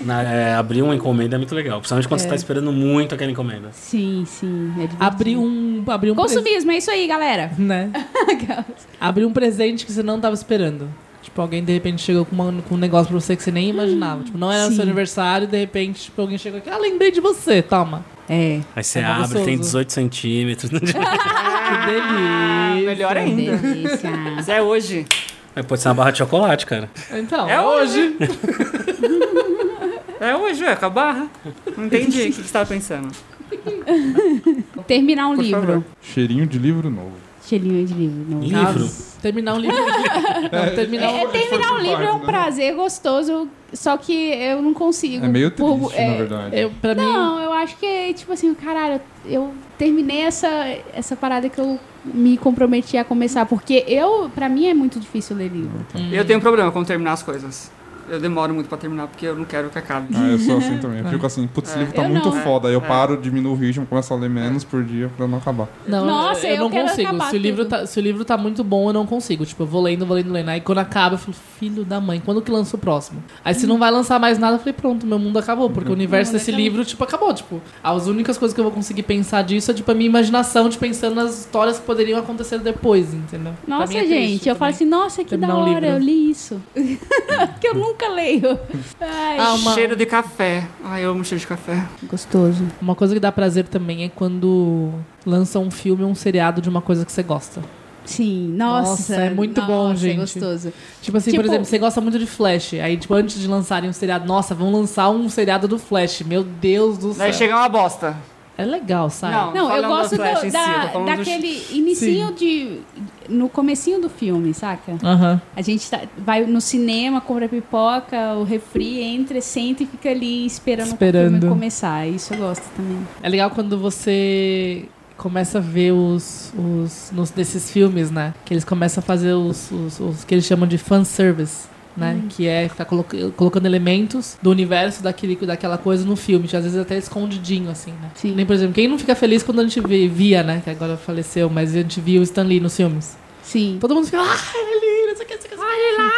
[SPEAKER 1] Na- é, abrir uma encomenda é muito legal, principalmente quando você tá esperando muito aquela encomenda.
[SPEAKER 3] Sim, sim. É divertido.
[SPEAKER 2] Abrir um. Abrir um
[SPEAKER 3] Consumismo, é isso aí, galera.
[SPEAKER 2] presen- Né? Abrir um presente que você não tava esperando. Tipo, alguém de repente chegou com, uma- com um negócio pra você que você nem imaginava. Tipo, não era
[SPEAKER 3] Sim.
[SPEAKER 2] seu aniversário, de repente, tipo, alguém chegou aqui, ah, lembrei de você, toma.
[SPEAKER 3] É.
[SPEAKER 1] Aí você
[SPEAKER 2] É
[SPEAKER 1] abre,
[SPEAKER 2] gostoso.
[SPEAKER 1] tem 18 centímetros. né?
[SPEAKER 2] Que
[SPEAKER 4] Ah,
[SPEAKER 2] delícia.
[SPEAKER 4] melhor ainda.
[SPEAKER 3] Delícia.
[SPEAKER 4] Mas é hoje.
[SPEAKER 1] Mas pode ser uma barra de chocolate, cara.
[SPEAKER 2] Então,
[SPEAKER 4] É
[SPEAKER 2] é hoje.
[SPEAKER 4] É hoje, é com a barra. Não entendi o que que você tava pensando.
[SPEAKER 3] Terminar um
[SPEAKER 4] Por
[SPEAKER 3] livro.
[SPEAKER 5] Cheirinho de livro novo.
[SPEAKER 3] Cheirinho de livro. Não.
[SPEAKER 1] Livro.
[SPEAKER 2] Terminar um livro. Não, terminar um
[SPEAKER 3] É, terminar um livro
[SPEAKER 4] né?
[SPEAKER 3] é um prazer gostoso, só que eu não consigo.
[SPEAKER 5] né? É meio
[SPEAKER 3] Por-
[SPEAKER 5] triste,
[SPEAKER 3] é,
[SPEAKER 5] na verdade.
[SPEAKER 2] Eu, pra mim,
[SPEAKER 3] Não, eu acho que é tipo assim, caralho, eu terminei essa, essa parada que eu me comprometi a começar, porque eu, pra mim é muito difícil ler livro.
[SPEAKER 4] Eu tenho um problema com terminar as coisas. Eu demoro muito pra terminar porque eu não quero que acabe.
[SPEAKER 5] Ah, eu sou assim também. Eu fico assim, putz, esse livro tá
[SPEAKER 3] Eu
[SPEAKER 5] muito
[SPEAKER 3] não.
[SPEAKER 5] foda. Aí eu
[SPEAKER 4] É.
[SPEAKER 5] paro, diminuo o ritmo, começo a ler menos por dia pra não acabar.
[SPEAKER 2] Não,
[SPEAKER 3] Nossa,
[SPEAKER 2] eu,
[SPEAKER 3] eu
[SPEAKER 2] não
[SPEAKER 3] quero
[SPEAKER 2] consigo.
[SPEAKER 3] acabar
[SPEAKER 2] Se o, livro
[SPEAKER 3] tudo.
[SPEAKER 2] tá, se o livro tá muito bom, eu não consigo. Tipo, eu vou lendo, vou lendo, lendo. Aí quando acaba, eu falo, filho da mãe, quando que lança o próximo? Aí se não vai lançar mais nada, eu falei, pronto, meu mundo acabou. Porque o universo
[SPEAKER 3] mundo
[SPEAKER 2] desse
[SPEAKER 3] acabou.
[SPEAKER 2] livro, tipo, acabou. Tipo, as únicas coisas que eu vou conseguir pensar disso é, tipo, a minha imaginação de pensando nas histórias que poderiam acontecer depois, entendeu? Pra
[SPEAKER 3] Nossa,
[SPEAKER 2] mim é triste
[SPEAKER 3] gente, eu
[SPEAKER 2] também.
[SPEAKER 3] falo assim, nossa, que da
[SPEAKER 2] Terminar um livro.
[SPEAKER 3] hora, eu li isso. que eu nunca leio. Ai,
[SPEAKER 2] Ah, uma-
[SPEAKER 4] Cheiro de café. Ai, eu amo cheiro de café.
[SPEAKER 3] gostoso.
[SPEAKER 2] Uma coisa que dá prazer também é quando lança um filme ou um seriado de uma coisa que você gosta.
[SPEAKER 3] Sim, nossa.
[SPEAKER 2] Nossa, é muito bom,
[SPEAKER 3] nossa,
[SPEAKER 2] gente.
[SPEAKER 3] É gostoso.
[SPEAKER 2] Tipo assim,
[SPEAKER 3] Tipo-
[SPEAKER 2] por exemplo, você gosta muito de Flash. Aí, tipo, antes de lançarem um seriado, nossa, vão lançar um seriado do Flash. Meu Deus do céu.
[SPEAKER 4] Daí chega uma bosta.
[SPEAKER 2] É legal, sabe?
[SPEAKER 4] Não.
[SPEAKER 3] Não, eu
[SPEAKER 4] falando
[SPEAKER 3] gosto
[SPEAKER 4] do Flash
[SPEAKER 3] do-
[SPEAKER 4] em si, eu
[SPEAKER 3] da,
[SPEAKER 4] tô falando do-
[SPEAKER 3] daquele inicinho de. No comecinho do filme, saca?
[SPEAKER 2] Aham.
[SPEAKER 3] A gente tá- vai no cinema, compra pipoca, o refri, entra, senta e fica ali esperando,
[SPEAKER 2] Esperando.
[SPEAKER 3] o filme começar. Isso eu gosto também.
[SPEAKER 2] É legal quando você começa a ver os, os nos, desses filmes, né? Que eles começam a fazer os, os, os que eles chamam de fanservice.
[SPEAKER 3] Uhum.
[SPEAKER 2] Né? Que é ficar coloca- colocando elementos do universo daquele, daquela coisa no filme, que às vezes até escondidinho, assim, né?
[SPEAKER 3] Sim.
[SPEAKER 2] Nem, por exemplo, quem não fica feliz quando a gente vê- via, né? Que agora faleceu, mas a gente via o Stan Lee nos filmes.
[SPEAKER 3] Sim.
[SPEAKER 2] Todo mundo fica, ah, ele, não sei o aqui, isso aqui. Olha lá,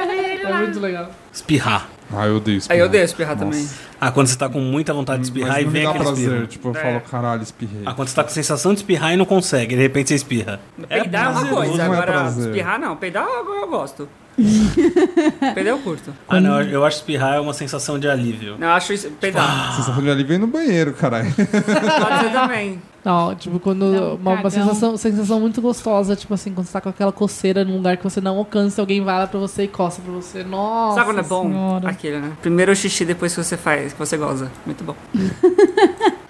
[SPEAKER 2] cara. É muito legal.
[SPEAKER 1] Espirrar.
[SPEAKER 5] Ah, eu odeio espirrar.
[SPEAKER 4] Aí eu odeio espirrar também.
[SPEAKER 1] Ah, quando você tá com muita vontade de espirrar
[SPEAKER 5] Hum, Mas
[SPEAKER 1] e
[SPEAKER 5] não me
[SPEAKER 1] vem
[SPEAKER 5] dá
[SPEAKER 1] aquele
[SPEAKER 5] prazer.
[SPEAKER 1] espirro.
[SPEAKER 5] Tipo, eu
[SPEAKER 4] É.
[SPEAKER 5] falo, caralho, espirrei.
[SPEAKER 1] Ah, quando você tá com sensação de espirrar e não consegue, de repente você espirra.
[SPEAKER 4] Peidar é uma
[SPEAKER 1] prazeroso.
[SPEAKER 4] coisa,
[SPEAKER 5] não é
[SPEAKER 4] agora
[SPEAKER 5] prazer.
[SPEAKER 4] espirrar não. Peidar eu, eu gosto. peidar eu curto.
[SPEAKER 1] Ah, não, eu acho espirrar é uma sensação de alívio.
[SPEAKER 4] Não, eu acho isso. Peidar.
[SPEAKER 5] Sensação de alívio é ir no banheiro, caralho. Tipo,
[SPEAKER 4] Pode ser também.
[SPEAKER 2] Não, tipo,
[SPEAKER 3] Dá
[SPEAKER 2] quando.
[SPEAKER 3] um
[SPEAKER 2] Uma, uma
[SPEAKER 3] cagão.
[SPEAKER 2] sensação, sensação muito gostosa, tipo assim, quando você tá com aquela coceira num lugar que você não alcança, alguém vai lá pra você e coça pra você. Nossa.
[SPEAKER 4] Sabe quando é bom?
[SPEAKER 2] Senhora.
[SPEAKER 4] Aquele, né? Primeiro o xixi, depois que você faz, que você goza. Muito bom.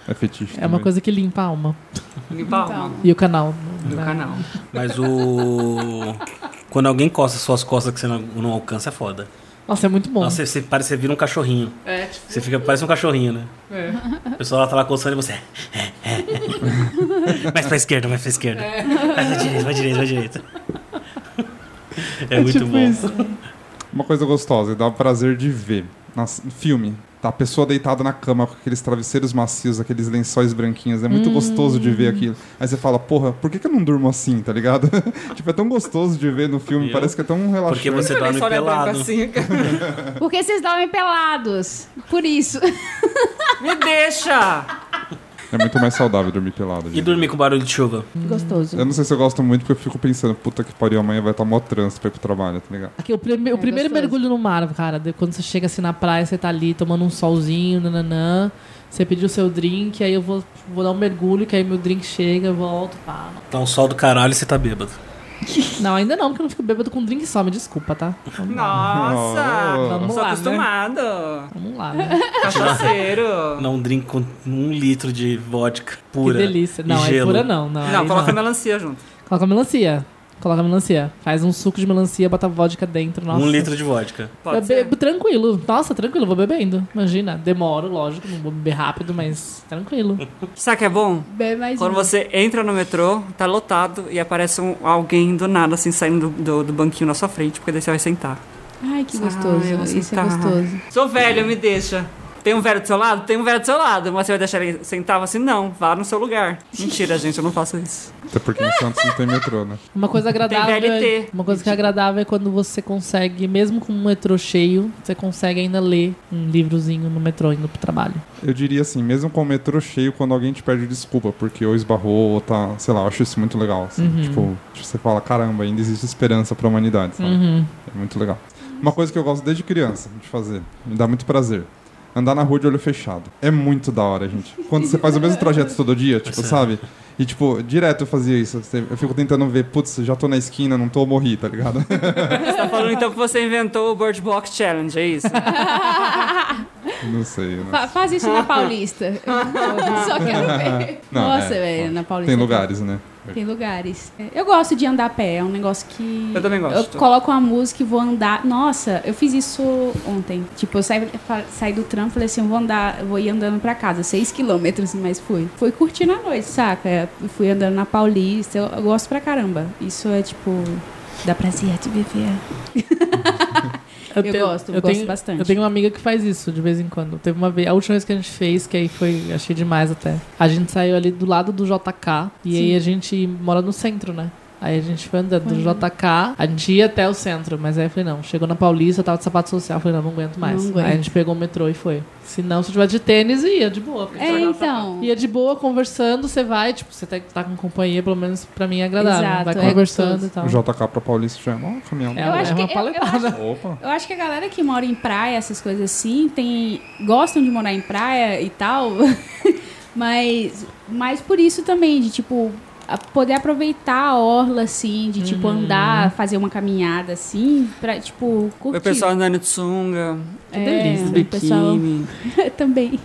[SPEAKER 5] É fetiche.
[SPEAKER 2] É uma
[SPEAKER 5] também.
[SPEAKER 2] coisa que limpa a alma.
[SPEAKER 4] Limpar a alma
[SPEAKER 3] Então,
[SPEAKER 2] E o canal.
[SPEAKER 4] do
[SPEAKER 2] né?
[SPEAKER 4] canal.
[SPEAKER 1] Mas o. Quando alguém coça suas costas que você não, não alcança, é foda.
[SPEAKER 2] Nossa, é muito bom.
[SPEAKER 1] Nossa, você, você parece você vira um cachorrinho.
[SPEAKER 2] É, tipo,
[SPEAKER 1] Você fica, parece um cachorrinho, né?
[SPEAKER 2] é.
[SPEAKER 1] O pessoal lá tá lá coçando e você. mais pra esquerda, mais pra esquerda.
[SPEAKER 2] É.
[SPEAKER 1] Mais pra direita, mais direita, mais direita. É, muito
[SPEAKER 2] tipo
[SPEAKER 1] bom.
[SPEAKER 2] isso.
[SPEAKER 5] Uma coisa gostosa, e dá prazer de ver. Nas, filme, tá a pessoa deitada na cama com aqueles travesseiros macios, aqueles lençóis branquinhos. É muito
[SPEAKER 2] Hum.
[SPEAKER 5] gostoso de ver aquilo. Aí você fala, porra, por que, que eu não durmo assim, tá ligado? tipo, é tão gostoso de ver no filme,
[SPEAKER 1] Viu?
[SPEAKER 5] parece que é tão relaxante.
[SPEAKER 1] Porque você dorme
[SPEAKER 4] Lençol é branco
[SPEAKER 1] pelado.
[SPEAKER 4] assim, cara.
[SPEAKER 3] Porque vocês dormem pelados. Por isso.
[SPEAKER 4] Me deixa!
[SPEAKER 5] É muito mais saudável dormir pelado.
[SPEAKER 1] E
[SPEAKER 5] gente.
[SPEAKER 1] dormir com barulho de chuva?
[SPEAKER 3] Gostoso.
[SPEAKER 5] Eu não sei se eu gosto muito, porque eu fico pensando, puta que pariu, amanhã vai estar mó trânsito pra ir pro trabalho, tá ligado?
[SPEAKER 2] Aqui, o, prime- o
[SPEAKER 3] É
[SPEAKER 2] primeiro
[SPEAKER 3] gostoso.
[SPEAKER 2] mergulho no mar, cara, de- quando você chega assim na praia, você tá ali tomando um solzinho, nananã. Você pediu seu drink, aí eu vou, vou dar um mergulho, que aí meu drink chega, eu volto, pá.
[SPEAKER 1] Tá um sol do caralho e você tá bêbado.
[SPEAKER 2] Não, ainda não, porque eu não fico bêbado com drink só, me desculpa, tá? Vamos lá.
[SPEAKER 4] Nossa!
[SPEAKER 5] Oh.
[SPEAKER 2] Vamos lá,
[SPEAKER 4] Sou
[SPEAKER 2] né?
[SPEAKER 4] acostumado.
[SPEAKER 2] Vamos lá, né?
[SPEAKER 4] Cachaceiro.
[SPEAKER 1] Não drink com um litro de vodka pura.
[SPEAKER 2] que delícia.
[SPEAKER 1] e
[SPEAKER 2] Não, é
[SPEAKER 1] gelo.
[SPEAKER 2] pura não. Não,
[SPEAKER 4] Não,
[SPEAKER 2] aí
[SPEAKER 4] coloca
[SPEAKER 2] não.
[SPEAKER 4] melancia junto.
[SPEAKER 2] Coloca melancia. Coloca melancia. Faz um suco de melancia, bota vodka dentro. Nossa.
[SPEAKER 1] Um litro de vodka.
[SPEAKER 4] Pode
[SPEAKER 2] eu
[SPEAKER 4] ser.
[SPEAKER 2] bebo tranquilo. Nossa, tranquilo, vou bebendo. Imagina, demoro, lógico, não vou beber rápido, mas tranquilo.
[SPEAKER 4] Sabe que é bom?
[SPEAKER 3] Bem mais
[SPEAKER 4] Quando
[SPEAKER 3] um.
[SPEAKER 4] você entra no metrô, tá lotado e aparece um, alguém do nada, assim, saindo do, do, do banquinho na sua frente, porque daí você vai sentar.
[SPEAKER 3] Ai, que
[SPEAKER 4] Ah,
[SPEAKER 3] gostoso.
[SPEAKER 4] eu vou
[SPEAKER 3] isso é
[SPEAKER 4] sentar.
[SPEAKER 3] gostoso.
[SPEAKER 4] Sou velho, me deixa. Tem um velho do seu lado? Tem um velho do seu lado. Mas você vai deixar ele sentar? Você não, vá no seu lugar. Mentira, gente, eu não faço isso.
[SPEAKER 5] Até porque em Santos não tem metrô, né?
[SPEAKER 2] Uma coisa agradável.
[SPEAKER 4] VLT.
[SPEAKER 2] Uma coisa que é agradável é quando você consegue, mesmo com o metrô cheio, você consegue ainda ler um livrozinho no metrô indo pro trabalho.
[SPEAKER 5] Eu diria assim, mesmo com o metrô cheio, quando alguém te pede desculpa, porque ou esbarrou ou tá, sei lá, eu acho isso muito legal. assim. Tipo, tipo, você fala, caramba, ainda existe esperança pra humanidade,
[SPEAKER 2] Uhum.
[SPEAKER 5] sabe?
[SPEAKER 3] Uhum.
[SPEAKER 5] É muito legal. Uma coisa que eu gosto desde criança de fazer, me dá muito prazer. Andar na rua de olho fechado. É muito da hora, gente. Quando você faz o mesmo trajeto todo dia, tipo,
[SPEAKER 1] Sim.
[SPEAKER 5] sabe? E, tipo, direto eu fazia isso. Eu fico tentando ver, putz, já tô na esquina, não tô, morri, tá ligado?
[SPEAKER 4] Você tá falando então que você inventou o Bird Box Challenge, é isso?
[SPEAKER 5] não sei, né?
[SPEAKER 3] Fa- faz isso na Paulista. Só quero ver.
[SPEAKER 5] Não,
[SPEAKER 3] Nossa,
[SPEAKER 5] é.
[SPEAKER 3] velho, na Paulista.
[SPEAKER 5] Tem lugares, né?
[SPEAKER 3] Tem lugares. É, Eu gosto de andar a pé, é um negócio que.
[SPEAKER 4] Eu também gosto.
[SPEAKER 3] Eu coloco uma música e vou andar. Nossa, eu fiz isso ontem. Tipo, eu saí, fa- saí do trampo e falei assim: eu vou andar, eu vou ir andando pra casa, seis quilômetros, mas fui. Fui curtindo a noite, saca? É, Fui andando na Paulista, eu, eu gosto pra caramba. Isso é tipo. Dá prazer de viver. Eu gosto, gosto
[SPEAKER 2] tenho,
[SPEAKER 3] bastante.
[SPEAKER 2] Eu tenho uma amiga que faz isso de vez em quando. Teve uma vez, a última vez que a gente fez, que aí foi, achei demais até. A gente saiu ali do lado do JK e aí a gente mora no centro, né? Aí a gente foi andando do JK, a gente ia até o centro, mas aí eu falei, não, chegou na Paulista, eu tava de sapato social, eu falei, não, não aguento mais.
[SPEAKER 3] Não aguento.
[SPEAKER 2] Aí a gente pegou o metrô e foi. Se não, se eu tivesse de tênis, ia de boa. porque
[SPEAKER 3] É, então.
[SPEAKER 2] Ia de boa, conversando, você vai, tipo, você tá, tá com companhia, pelo menos pra mim é agradável.
[SPEAKER 3] Exato,
[SPEAKER 2] vai
[SPEAKER 3] é
[SPEAKER 2] conversando
[SPEAKER 3] gostoso.
[SPEAKER 2] e tal.
[SPEAKER 5] O JK pra Paulista já é mó caminhão.
[SPEAKER 2] É,
[SPEAKER 3] Eu acho
[SPEAKER 2] é uma
[SPEAKER 3] que- eu- eu
[SPEAKER 2] paletada.
[SPEAKER 5] Opa.
[SPEAKER 3] Eu acho que a galera que mora em praia, essas coisas assim, tem gostam de morar em praia e tal, mas mas por isso também de tipo a- poder aproveitar a orla assim, de tipo
[SPEAKER 4] Uhum.
[SPEAKER 3] andar, fazer uma caminhada assim, pra, tipo curtir.
[SPEAKER 4] o pessoal andando de sunga,
[SPEAKER 3] é,
[SPEAKER 2] delícia.
[SPEAKER 3] o pessoal
[SPEAKER 4] biquíni.
[SPEAKER 3] também.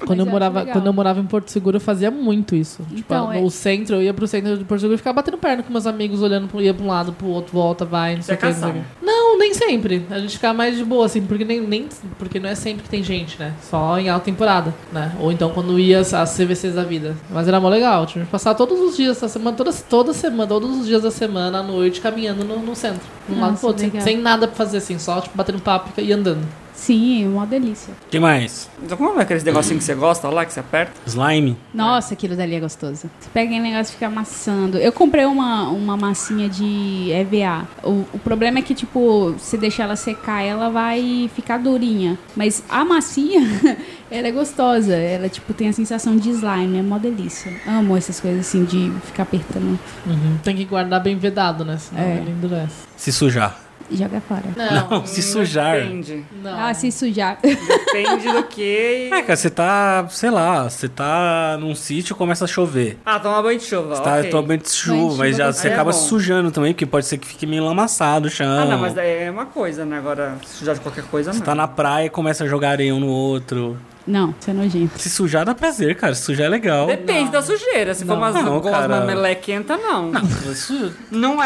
[SPEAKER 3] Mas
[SPEAKER 2] Quando eu,
[SPEAKER 3] acho
[SPEAKER 2] morava,
[SPEAKER 3] legal.
[SPEAKER 2] quando eu morava em Porto Seguro, eu fazia muito isso. tipo,
[SPEAKER 3] Então, é-
[SPEAKER 2] no centro, eu ia pro centro de Porto Seguro e ficava batendo perna com meus amigos, olhando, pro- ia pra um lado, pro outro, volta, vai, não
[SPEAKER 4] Isso
[SPEAKER 2] sei
[SPEAKER 4] é
[SPEAKER 2] o que. Não, sei o
[SPEAKER 4] casal.
[SPEAKER 2] quê. Não, nem sempre. A gente ficava mais de boa, assim, porque nem, nem- porque não é sempre que tem gente, né? Só em alta temporada, né? Ou então quando ia as, as CVCs da vida. Mas era mó legal, tipo, tinha que passar todos os dias, essa semana, todas, toda semana, todos os dias da semana, à noite, caminhando no, no centro. De um lado
[SPEAKER 3] Nossa,
[SPEAKER 2] pro outro, sem,
[SPEAKER 3] Ah, legal.
[SPEAKER 2] sem nada pra fazer, assim, só tipo, batendo papo e andando.
[SPEAKER 3] Sim, é uma delícia.
[SPEAKER 1] que mais?
[SPEAKER 4] Então, como é aqueles negocinho que você gosta lá, que você aperta?
[SPEAKER 1] Slime?
[SPEAKER 3] Nossa, aquilo dali é gostoso. Você pega aquele negócio e fica amassando. Eu comprei uma, uma massinha de EVA. O, o problema é que, tipo, se deixar ela secar, ela vai ficar durinha. Mas a massinha, ela é gostosa. Ela, tipo, tem a sensação de slime. É mó delícia. Amo essas coisas assim de ficar apertando.
[SPEAKER 2] Uhum. Tem que guardar bem vedado, né? Senão
[SPEAKER 3] É.
[SPEAKER 2] ele endurece.
[SPEAKER 1] Se sujar.
[SPEAKER 3] Joga fora.
[SPEAKER 2] Não,
[SPEAKER 1] Não, se sujar.
[SPEAKER 4] Depende.
[SPEAKER 2] não.
[SPEAKER 3] Ah, se sujar.
[SPEAKER 4] Depende do que.
[SPEAKER 1] É, cara, você tá, sei lá, você tá num sítio e começa a chover.
[SPEAKER 4] Ah, toma banho de chuva.
[SPEAKER 1] Você tá
[SPEAKER 4] ok.
[SPEAKER 1] tomando de chuva,
[SPEAKER 3] Banho de
[SPEAKER 1] mas
[SPEAKER 3] chuva
[SPEAKER 1] já,
[SPEAKER 3] é
[SPEAKER 1] você
[SPEAKER 4] bom.
[SPEAKER 1] acaba
[SPEAKER 4] É
[SPEAKER 1] se
[SPEAKER 4] bom.
[SPEAKER 1] sujando também, porque pode ser que fique meio lamaçado o chão.
[SPEAKER 4] Ah, não, mas daí é uma coisa, né? Agora, sujar de qualquer coisa,
[SPEAKER 1] Você
[SPEAKER 4] não.
[SPEAKER 1] tá na praia e começa a jogar areia um no outro.
[SPEAKER 3] Não, isso é nojento.
[SPEAKER 1] Se sujar dá prazer, cara. Se sujar é legal.
[SPEAKER 4] Depende da sujeira. Se for umas
[SPEAKER 1] Não,
[SPEAKER 4] não, gosma,
[SPEAKER 1] cara.
[SPEAKER 4] melequenta, não. não.
[SPEAKER 1] Isso-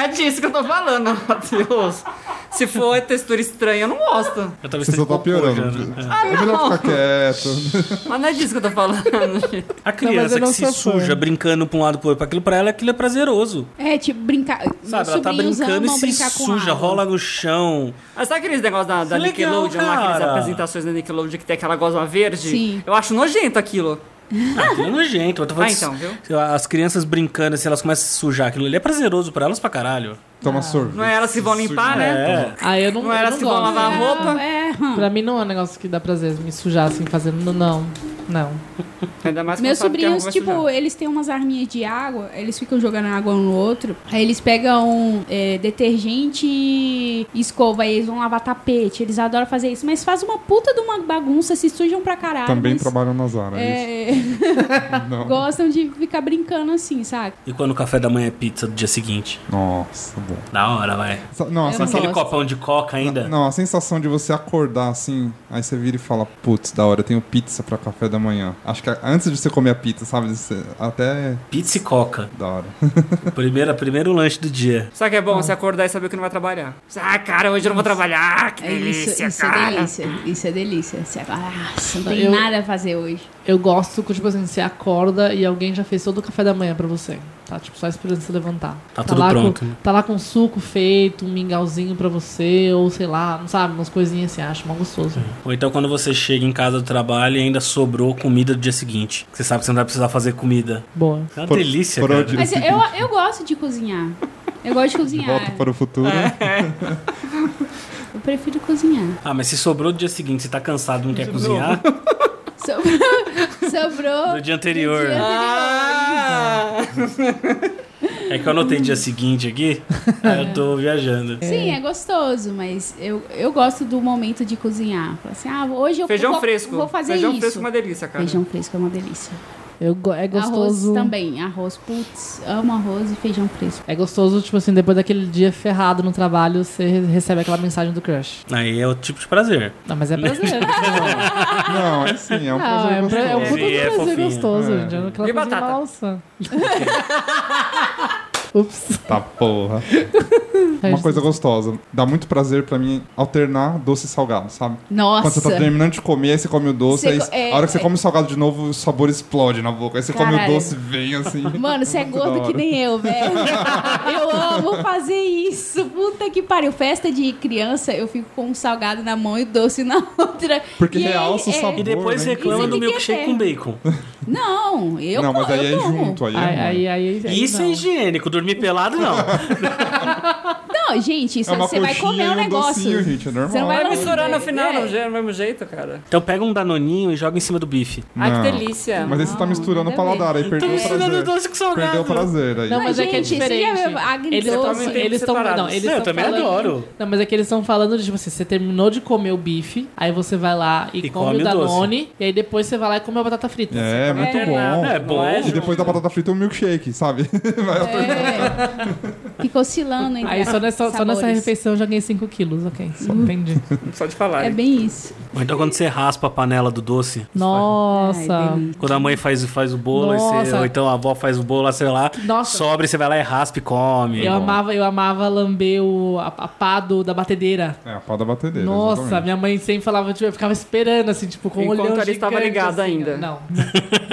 [SPEAKER 4] é disso que eu tô falando, Matheus. Se for textura estranha, eu não gosto.
[SPEAKER 1] Eu tava
[SPEAKER 5] Você só
[SPEAKER 1] sentindo
[SPEAKER 5] tá
[SPEAKER 1] cocô
[SPEAKER 5] piorando.
[SPEAKER 1] já, né?
[SPEAKER 5] é melhor ficar quieto. né?
[SPEAKER 4] Mas não é disso que eu tô falando, gente.
[SPEAKER 1] A criança
[SPEAKER 2] eu não
[SPEAKER 1] que se
[SPEAKER 2] sou fã.
[SPEAKER 1] suja brincando pra um lado pro outro, pra aquilo pra ela, aquilo é prazeroso.
[SPEAKER 3] É, tipo, brincar.
[SPEAKER 1] Sabe, ela tá brincando e se suja, rola no chão.
[SPEAKER 4] Mas sabe aqueles negócios da, da
[SPEAKER 1] Isso é legal,
[SPEAKER 4] Nickelodeon lá, aquelas
[SPEAKER 1] cara.
[SPEAKER 4] apresentações da Nickelodeon que tem aquela gosma verde?
[SPEAKER 3] Sim.
[SPEAKER 4] Eu acho nojento aquilo.
[SPEAKER 1] Ah, aquilo é nojento. Eu tô falando
[SPEAKER 4] Ah,
[SPEAKER 1] de-
[SPEAKER 4] então, viu?
[SPEAKER 1] sei lá, As crianças brincando, assim, elas começam a se sujar. Aquilo ali é prazeroso pra elas pra caralho.
[SPEAKER 5] Toma sorvete.
[SPEAKER 4] Não é elas que vão limpar, né?
[SPEAKER 1] É.
[SPEAKER 2] Ah, eu não,
[SPEAKER 4] Não era
[SPEAKER 2] eu não
[SPEAKER 4] se vão
[SPEAKER 2] gosto.
[SPEAKER 4] lavar a roupa.
[SPEAKER 3] É,
[SPEAKER 2] Pra mim não é um negócio que dá prazer me sujar assim, fazendo. Não, não. não.
[SPEAKER 4] Ainda mais quando
[SPEAKER 3] Meus
[SPEAKER 5] é
[SPEAKER 4] sabe que a roupa é
[SPEAKER 3] sobrinhos,
[SPEAKER 4] vai
[SPEAKER 3] tipo,
[SPEAKER 4] sujar.
[SPEAKER 3] eles têm umas arminhas de água, eles ficam jogando água um no outro, aí eles pegam é, detergente e escova, aí eles vão lavar tapete, eles adoram fazer isso, mas faz uma puta de uma bagunça, se sujam pra caralho.
[SPEAKER 5] Também
[SPEAKER 3] mas,
[SPEAKER 5] trabalham na Zara.
[SPEAKER 3] é,
[SPEAKER 5] É... isso. Não.
[SPEAKER 3] gostam de ficar brincando assim, sabe?
[SPEAKER 1] E quando o café da manhã é pizza do dia seguinte?
[SPEAKER 5] Nossa, bom.
[SPEAKER 1] Da hora, vai.
[SPEAKER 5] Sa-
[SPEAKER 2] Eu
[SPEAKER 5] Não, a
[SPEAKER 2] não
[SPEAKER 5] sensação-
[SPEAKER 1] Aquele
[SPEAKER 2] gosto.
[SPEAKER 1] copão de coca ainda.
[SPEAKER 5] Não, a sensação de você acordar assim, aí você vira e fala, putz, da hora, eu tenho pizza pra café da manhã. Acho que a- antes de você comer a pizza, sabe? Você- até é
[SPEAKER 1] Pizza e coca.
[SPEAKER 5] da hora.
[SPEAKER 1] O Primeiro, primeiro lanche do dia.
[SPEAKER 4] Sabe que é
[SPEAKER 3] Ah.
[SPEAKER 4] bom? Você acordar e saber que não vai trabalhar. Ah, cara, hoje eu não vou trabalhar. Que
[SPEAKER 3] É
[SPEAKER 4] delícia,
[SPEAKER 3] isso, isso
[SPEAKER 4] cara.
[SPEAKER 3] é delícia, isso é delícia. Você- Nossa, não tem
[SPEAKER 2] Eu-
[SPEAKER 3] nada a fazer hoje.
[SPEAKER 2] Eu gosto que, tipo assim, você acorda e alguém já fez todo o café da manhã pra você. Tá, tipo, só esperando você levantar.
[SPEAKER 1] Tá tudo
[SPEAKER 2] lá
[SPEAKER 1] pronto,
[SPEAKER 2] Com,
[SPEAKER 1] né?
[SPEAKER 2] Tá lá com suco feito, um mingauzinho pra você, ou sei lá, não sabe, umas coisinhas assim, acho mal gostoso.
[SPEAKER 1] Ou então quando você chega em casa do trabalho e ainda sobrou comida do dia seguinte. Você sabe que você não vai precisar fazer comida.
[SPEAKER 2] Boa.
[SPEAKER 1] É uma
[SPEAKER 5] Por-
[SPEAKER 1] delícia,
[SPEAKER 5] por
[SPEAKER 1] cara.
[SPEAKER 5] onde-
[SPEAKER 3] Mas eu, eu gosto de cozinhar. Eu gosto de
[SPEAKER 5] De
[SPEAKER 3] cozinhar.
[SPEAKER 5] volta para o futuro.
[SPEAKER 3] Eu prefiro cozinhar.
[SPEAKER 1] Ah, mas se sobrou do dia seguinte, você tá cansado, não quer cozinhar?
[SPEAKER 3] Sobrou. sobrou
[SPEAKER 1] Do dia anterior.
[SPEAKER 3] do dia
[SPEAKER 4] Ah,
[SPEAKER 1] É que eu anotei dia seguinte aqui, aí eu tô viajando.
[SPEAKER 3] Sim, é gostoso, mas eu, eu gosto do momento de cozinhar. Falar assim, ah, hoje eu
[SPEAKER 4] feijão
[SPEAKER 3] vou,
[SPEAKER 4] fresco.
[SPEAKER 3] vou fazer
[SPEAKER 4] feijão
[SPEAKER 3] isso.
[SPEAKER 4] fresco é uma delícia, cara.
[SPEAKER 3] Feijão fresco é uma delícia.
[SPEAKER 2] Eu, go- é gostoso.
[SPEAKER 3] Arroz também. Arroz, putz, amo arroz e feijão fresco.
[SPEAKER 2] É gostoso, tipo assim, depois daquele dia ferrado no trabalho, você re- recebe aquela mensagem do crush.
[SPEAKER 1] Aí é o tipo de prazer.
[SPEAKER 2] Não, mas é prazer. não,
[SPEAKER 5] Não, é sim, é
[SPEAKER 2] não,
[SPEAKER 5] um prazer
[SPEAKER 2] é, pra, é um
[SPEAKER 5] gostoso.
[SPEAKER 2] puta
[SPEAKER 1] Sim, é
[SPEAKER 2] prazer
[SPEAKER 1] fofinho.
[SPEAKER 2] gostoso,
[SPEAKER 5] É.
[SPEAKER 2] gente. É Aquela
[SPEAKER 4] E
[SPEAKER 2] coisa
[SPEAKER 4] batata?
[SPEAKER 2] malsa. Ups.
[SPEAKER 5] Tá porra. Uma coisa gostosa. Dá muito prazer pra mim alternar doce e salgado, sabe?
[SPEAKER 3] Nossa.
[SPEAKER 5] Quando você tá terminando de comer, aí você come o doce,
[SPEAKER 3] Você
[SPEAKER 5] aí
[SPEAKER 3] co- é,
[SPEAKER 5] a hora que você
[SPEAKER 3] é.
[SPEAKER 5] come o salgado de novo, o sabor explode na boca. Aí você come o
[SPEAKER 3] Caralho.
[SPEAKER 5] doce, vem assim.
[SPEAKER 3] Mano, você é
[SPEAKER 5] Muito da
[SPEAKER 3] gordo que
[SPEAKER 5] hora.
[SPEAKER 3] nem eu, velho. Eu amo fazer isso. Puta que pariu. Festa de criança, eu fico com um salgado na mão e doce na outra.
[SPEAKER 5] Porque
[SPEAKER 3] E aí,
[SPEAKER 5] realça o
[SPEAKER 3] é-
[SPEAKER 5] sabor.
[SPEAKER 1] E depois
[SPEAKER 5] né?
[SPEAKER 1] reclama
[SPEAKER 3] Isso
[SPEAKER 1] do
[SPEAKER 3] que
[SPEAKER 1] milkshake
[SPEAKER 3] é.
[SPEAKER 1] com bacon.
[SPEAKER 3] Não, eu
[SPEAKER 5] Não, mas
[SPEAKER 3] co-
[SPEAKER 5] aí
[SPEAKER 3] eu
[SPEAKER 5] é
[SPEAKER 3] tomo.
[SPEAKER 5] junto. Aí, é
[SPEAKER 2] Aí,
[SPEAKER 5] ruim.
[SPEAKER 2] aí, aí, aí
[SPEAKER 1] Isso
[SPEAKER 2] não.
[SPEAKER 1] é higiênico, dormir pelado não.
[SPEAKER 3] Não, gente, isso,
[SPEAKER 5] É uma
[SPEAKER 3] você vai
[SPEAKER 5] coxinha
[SPEAKER 3] comer
[SPEAKER 5] e
[SPEAKER 3] um
[SPEAKER 5] um
[SPEAKER 3] negócio.
[SPEAKER 5] docinho, gente, é normal.
[SPEAKER 3] Você não
[SPEAKER 4] Vai
[SPEAKER 3] vai
[SPEAKER 4] misturar no final,
[SPEAKER 3] É.
[SPEAKER 4] não, é do mesmo jeito, cara.
[SPEAKER 1] Então pega um danoninho e joga em cima do bife. Então,
[SPEAKER 4] Ai, que
[SPEAKER 5] Não.
[SPEAKER 4] delícia.
[SPEAKER 5] Mas aí você tá
[SPEAKER 3] Não,
[SPEAKER 5] misturando o
[SPEAKER 3] nada a ver.
[SPEAKER 5] paladar, aí perdeu o
[SPEAKER 1] misturando
[SPEAKER 5] prazer.
[SPEAKER 1] é doce com salgado.
[SPEAKER 5] Perdeu o prazer aí.
[SPEAKER 2] Não, mas,
[SPEAKER 3] Mas,
[SPEAKER 2] é que é
[SPEAKER 3] gente, você já
[SPEAKER 2] diferente.
[SPEAKER 3] viu agridoce?
[SPEAKER 2] Eles tão-
[SPEAKER 4] Também tem
[SPEAKER 2] eles estão
[SPEAKER 4] separados.
[SPEAKER 2] não, é eles
[SPEAKER 1] Não, eu
[SPEAKER 2] tão
[SPEAKER 1] também
[SPEAKER 2] falando-
[SPEAKER 1] adoro.
[SPEAKER 2] um Não, mas é que eles estão falando de tipo assim, você terminou de comer o bife, aí você vai lá e,
[SPEAKER 1] E
[SPEAKER 2] come,
[SPEAKER 1] come
[SPEAKER 2] o
[SPEAKER 1] o doce.
[SPEAKER 2] Danone, e aí depois você vai lá e come a batata frita.
[SPEAKER 5] É, muito
[SPEAKER 4] É,
[SPEAKER 5] bom.
[SPEAKER 4] não,
[SPEAKER 1] É
[SPEAKER 4] não
[SPEAKER 1] bom.
[SPEAKER 4] é
[SPEAKER 5] E depois da batata frita, um milkshake, sabe?
[SPEAKER 3] É. Fica oscilando entre
[SPEAKER 2] Aí só nessa, só nessa
[SPEAKER 3] sabores.
[SPEAKER 2] refeição eu já ganhei 5 quilos, ok. Só entendi.
[SPEAKER 4] Só de falar.
[SPEAKER 3] É bem isso.
[SPEAKER 1] Ou então quando você raspa a panela do doce.
[SPEAKER 3] Ai,
[SPEAKER 2] Nossa.
[SPEAKER 3] delícia.
[SPEAKER 1] Quando a mãe faz, faz o bolo, aí você-
[SPEAKER 2] Nossa.
[SPEAKER 1] ou então a avó faz o bolo, lá, sei lá,
[SPEAKER 2] Nossa.
[SPEAKER 1] sobra e você vai lá e raspa e come.
[SPEAKER 2] Eu
[SPEAKER 1] Bom.
[SPEAKER 2] amava, eu amava lamber o, a, a pá do- da batedeira.
[SPEAKER 5] É, a pá da batedeira.
[SPEAKER 2] Nossa,
[SPEAKER 5] exatamente.
[SPEAKER 2] minha mãe sempre falava, tipo, eu ficava esperando, assim, tipo, com o
[SPEAKER 4] Enquanto
[SPEAKER 2] olhão
[SPEAKER 4] ela
[SPEAKER 2] gigante,
[SPEAKER 4] estava ligada
[SPEAKER 2] assim,
[SPEAKER 4] ainda.
[SPEAKER 2] ó. Não.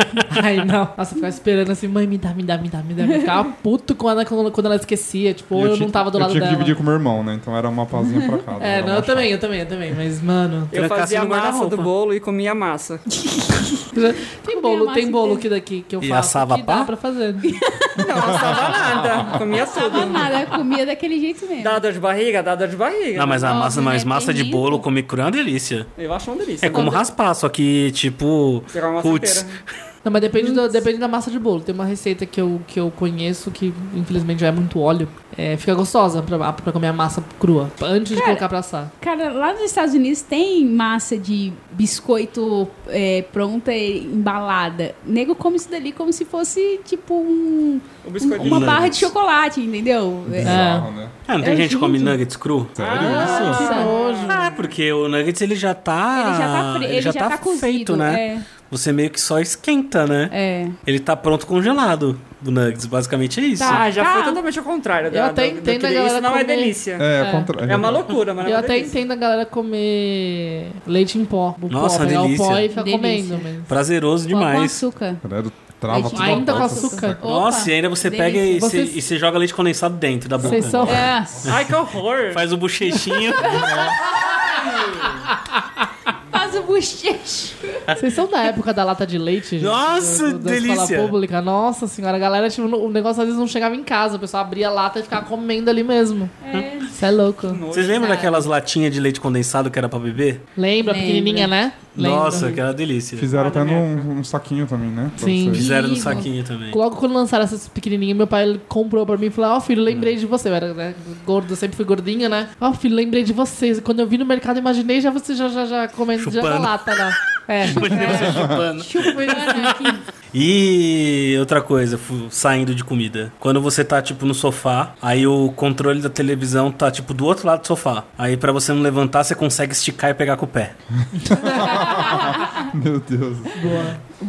[SPEAKER 2] Ai, não. Nossa, eu ficava esperando, assim, mãe, me dá, me dá, me dá, me dá. Eu ficava puto quando ela, quando ela esquecia, tipo, ou
[SPEAKER 5] E
[SPEAKER 2] eu,
[SPEAKER 5] ti-
[SPEAKER 2] não tava do lado
[SPEAKER 5] Eu tinha dividia com meu irmão, né? Então era uma pazinha pra cada.
[SPEAKER 2] É,
[SPEAKER 5] era
[SPEAKER 2] não,
[SPEAKER 5] uma
[SPEAKER 2] eu também, eu também, eu também. Mas, mano.
[SPEAKER 4] Eu
[SPEAKER 1] Trancasse
[SPEAKER 4] fazia a
[SPEAKER 1] no
[SPEAKER 4] massa
[SPEAKER 1] guarda-roupa.
[SPEAKER 4] do bolo e comia a massa.
[SPEAKER 2] Tem bolo,
[SPEAKER 3] massa
[SPEAKER 2] tem bolo
[SPEAKER 3] inteira.
[SPEAKER 2] que daqui que eu
[SPEAKER 1] E
[SPEAKER 2] faço.
[SPEAKER 1] assava
[SPEAKER 2] que
[SPEAKER 1] pá?
[SPEAKER 2] dá pra fazer.
[SPEAKER 4] Não assava nada, comia
[SPEAKER 3] Tava
[SPEAKER 4] tudo.
[SPEAKER 3] nada, comia daquele jeito mesmo.
[SPEAKER 4] Dá dor de barriga, dá dor de barriga.
[SPEAKER 1] Não, mas a
[SPEAKER 3] Óbvio,
[SPEAKER 1] massa,
[SPEAKER 3] né?
[SPEAKER 1] mas
[SPEAKER 3] Tem
[SPEAKER 1] massa de
[SPEAKER 3] rico.
[SPEAKER 1] bolo com micro é uma delícia.
[SPEAKER 4] Eu acho uma delícia.
[SPEAKER 1] É como raspar, só que tipo.
[SPEAKER 4] Pegar uma massa
[SPEAKER 1] Putz.
[SPEAKER 4] inteira.
[SPEAKER 2] Não, mas depende, do- depende da massa de bolo. Tem uma receita que eu, que eu conheço que, infelizmente, já é muito óleo. É, fica gostosa pra, pra comer a massa crua. Antes de
[SPEAKER 3] Cara,
[SPEAKER 2] colocar pra assar.
[SPEAKER 3] Cara, lá nos Estados Unidos tem massa de biscoito é, pronta e embalada. Nego come isso dali como se fosse, tipo, um,
[SPEAKER 4] O biscoitinho.
[SPEAKER 3] uma
[SPEAKER 1] Nuggets.
[SPEAKER 3] barra de chocolate, entendeu? É.
[SPEAKER 5] Bizarro, né?
[SPEAKER 1] Ah, não tem
[SPEAKER 3] É,
[SPEAKER 1] gente que come
[SPEAKER 3] gente.
[SPEAKER 1] nuggets cru?
[SPEAKER 5] Sério isso?
[SPEAKER 1] Ah, porque o nuggets ele já tá.
[SPEAKER 3] Ele já
[SPEAKER 2] Ah,
[SPEAKER 3] tá, fri-
[SPEAKER 1] ele já tá
[SPEAKER 3] cozido,
[SPEAKER 1] feito, né? Você meio que só esquenta, né?
[SPEAKER 3] É, é.
[SPEAKER 1] Ele tá pronto congelado do nuggets, basicamente é isso.
[SPEAKER 4] Ah, já foi
[SPEAKER 3] Tá.
[SPEAKER 4] totalmente ao contrário.
[SPEAKER 2] Eu
[SPEAKER 4] da-
[SPEAKER 2] até
[SPEAKER 4] do- do
[SPEAKER 2] entendo
[SPEAKER 4] que-
[SPEAKER 2] a galera
[SPEAKER 4] Isso não é
[SPEAKER 2] comer.
[SPEAKER 4] delícia.
[SPEAKER 5] É, é, contra...
[SPEAKER 4] É uma loucura, mas
[SPEAKER 2] Eu
[SPEAKER 4] é uma
[SPEAKER 2] até
[SPEAKER 4] delícia.
[SPEAKER 2] entendo a galera comer leite em pó. O
[SPEAKER 1] Nossa,
[SPEAKER 2] pó, pegar o
[SPEAKER 1] delícia.
[SPEAKER 2] pó e ficar
[SPEAKER 3] Delícia.
[SPEAKER 2] comendo. Mas...
[SPEAKER 1] Prazeroso
[SPEAKER 3] Com- Com
[SPEAKER 1] demais.
[SPEAKER 3] açúcar.
[SPEAKER 5] Galera, né, trava
[SPEAKER 3] Leite
[SPEAKER 5] tudo
[SPEAKER 2] ainda
[SPEAKER 5] a
[SPEAKER 2] com
[SPEAKER 5] porta,
[SPEAKER 2] açúcar.
[SPEAKER 5] saca?
[SPEAKER 1] Nossa, e ainda você pega e
[SPEAKER 2] delícia.
[SPEAKER 1] você,
[SPEAKER 2] Vocês-
[SPEAKER 1] e você joga leite condensado dentro da boca.
[SPEAKER 2] Vocês são...
[SPEAKER 3] É.
[SPEAKER 4] Ai, que horror.
[SPEAKER 1] Faz o bochechinho.
[SPEAKER 3] Faz o bochecho.
[SPEAKER 2] Vocês são da época da lata de leite, gente?
[SPEAKER 1] É. Nossa,
[SPEAKER 2] do, do, da
[SPEAKER 1] delícia.
[SPEAKER 2] escola pública. Nossa senhora, a galera, tipo, no- o negócio às vezes não chegava em casa. O pessoal abria a lata e ficava comendo ali mesmo. Isso é louco.
[SPEAKER 1] Vocês lembram daquelas latinhas de leite condensado que era pra beber?
[SPEAKER 2] Lembra, a pequenininha, né? Lembra.
[SPEAKER 1] Nossa, que era delícia.
[SPEAKER 5] Fizeram até num, num saquinho também, né? Pra
[SPEAKER 2] Sim.
[SPEAKER 5] vocês.
[SPEAKER 1] Fizeram no
[SPEAKER 3] Vivo.
[SPEAKER 1] saquinho também.
[SPEAKER 2] Logo quando lançaram essas pequenininhas, meu pai ele comprou pra mim e falou: Ó, filho,
[SPEAKER 1] Hum.
[SPEAKER 2] lembrei de você. Eu era né, gordo, sempre fui gordinha, né? Ó, filho, lembrei de vocês. Quando eu vi no mercado, imaginei já você já, já, já comendo já
[SPEAKER 1] Chupando.
[SPEAKER 2] na lata, né? É.
[SPEAKER 3] Chupando aqui.
[SPEAKER 1] E outra coisa, fu- saindo de comida. Quando você tá, tipo, no sofá, aí o controle da televisão tá, tipo, do outro lado do sofá. Aí pra você não levantar, você consegue esticar e pegar com o pé.
[SPEAKER 5] Meu Deus.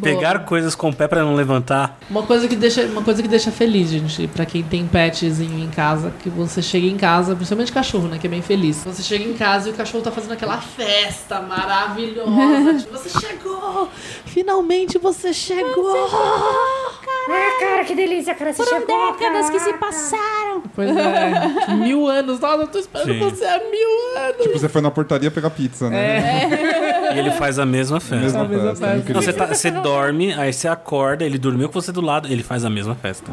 [SPEAKER 1] Pegar coisas com o pé pra não levantar.
[SPEAKER 2] Uma coisa que deixa, uma coisa que deixa feliz, gente, pra quem tem petzinho em casa, que você chega em casa, principalmente cachorro, né, que é bem feliz. Você chega em casa e o cachorro tá fazendo aquela festa maravilhosa. tipo, você chegou! Finalmente você chegou!
[SPEAKER 6] Ah, cara, que delícia, cara. Você
[SPEAKER 3] Foram
[SPEAKER 6] chegou,
[SPEAKER 3] décadas que se
[SPEAKER 6] caraca.
[SPEAKER 3] passaram.
[SPEAKER 2] Pois é, mil anos. Nossa, eu tô esperando
[SPEAKER 1] Sim.
[SPEAKER 2] você há mil anos.
[SPEAKER 5] Tipo, você foi na portaria pegar pizza, né?
[SPEAKER 1] E ele faz a mesma festa.
[SPEAKER 5] Mesma
[SPEAKER 2] a mesma
[SPEAKER 5] festa.
[SPEAKER 2] festa.
[SPEAKER 1] Não,
[SPEAKER 5] incrível.
[SPEAKER 1] você, tá- você dorme, aí você acorda, ele dormiu com você do lado, ele faz a mesma festa.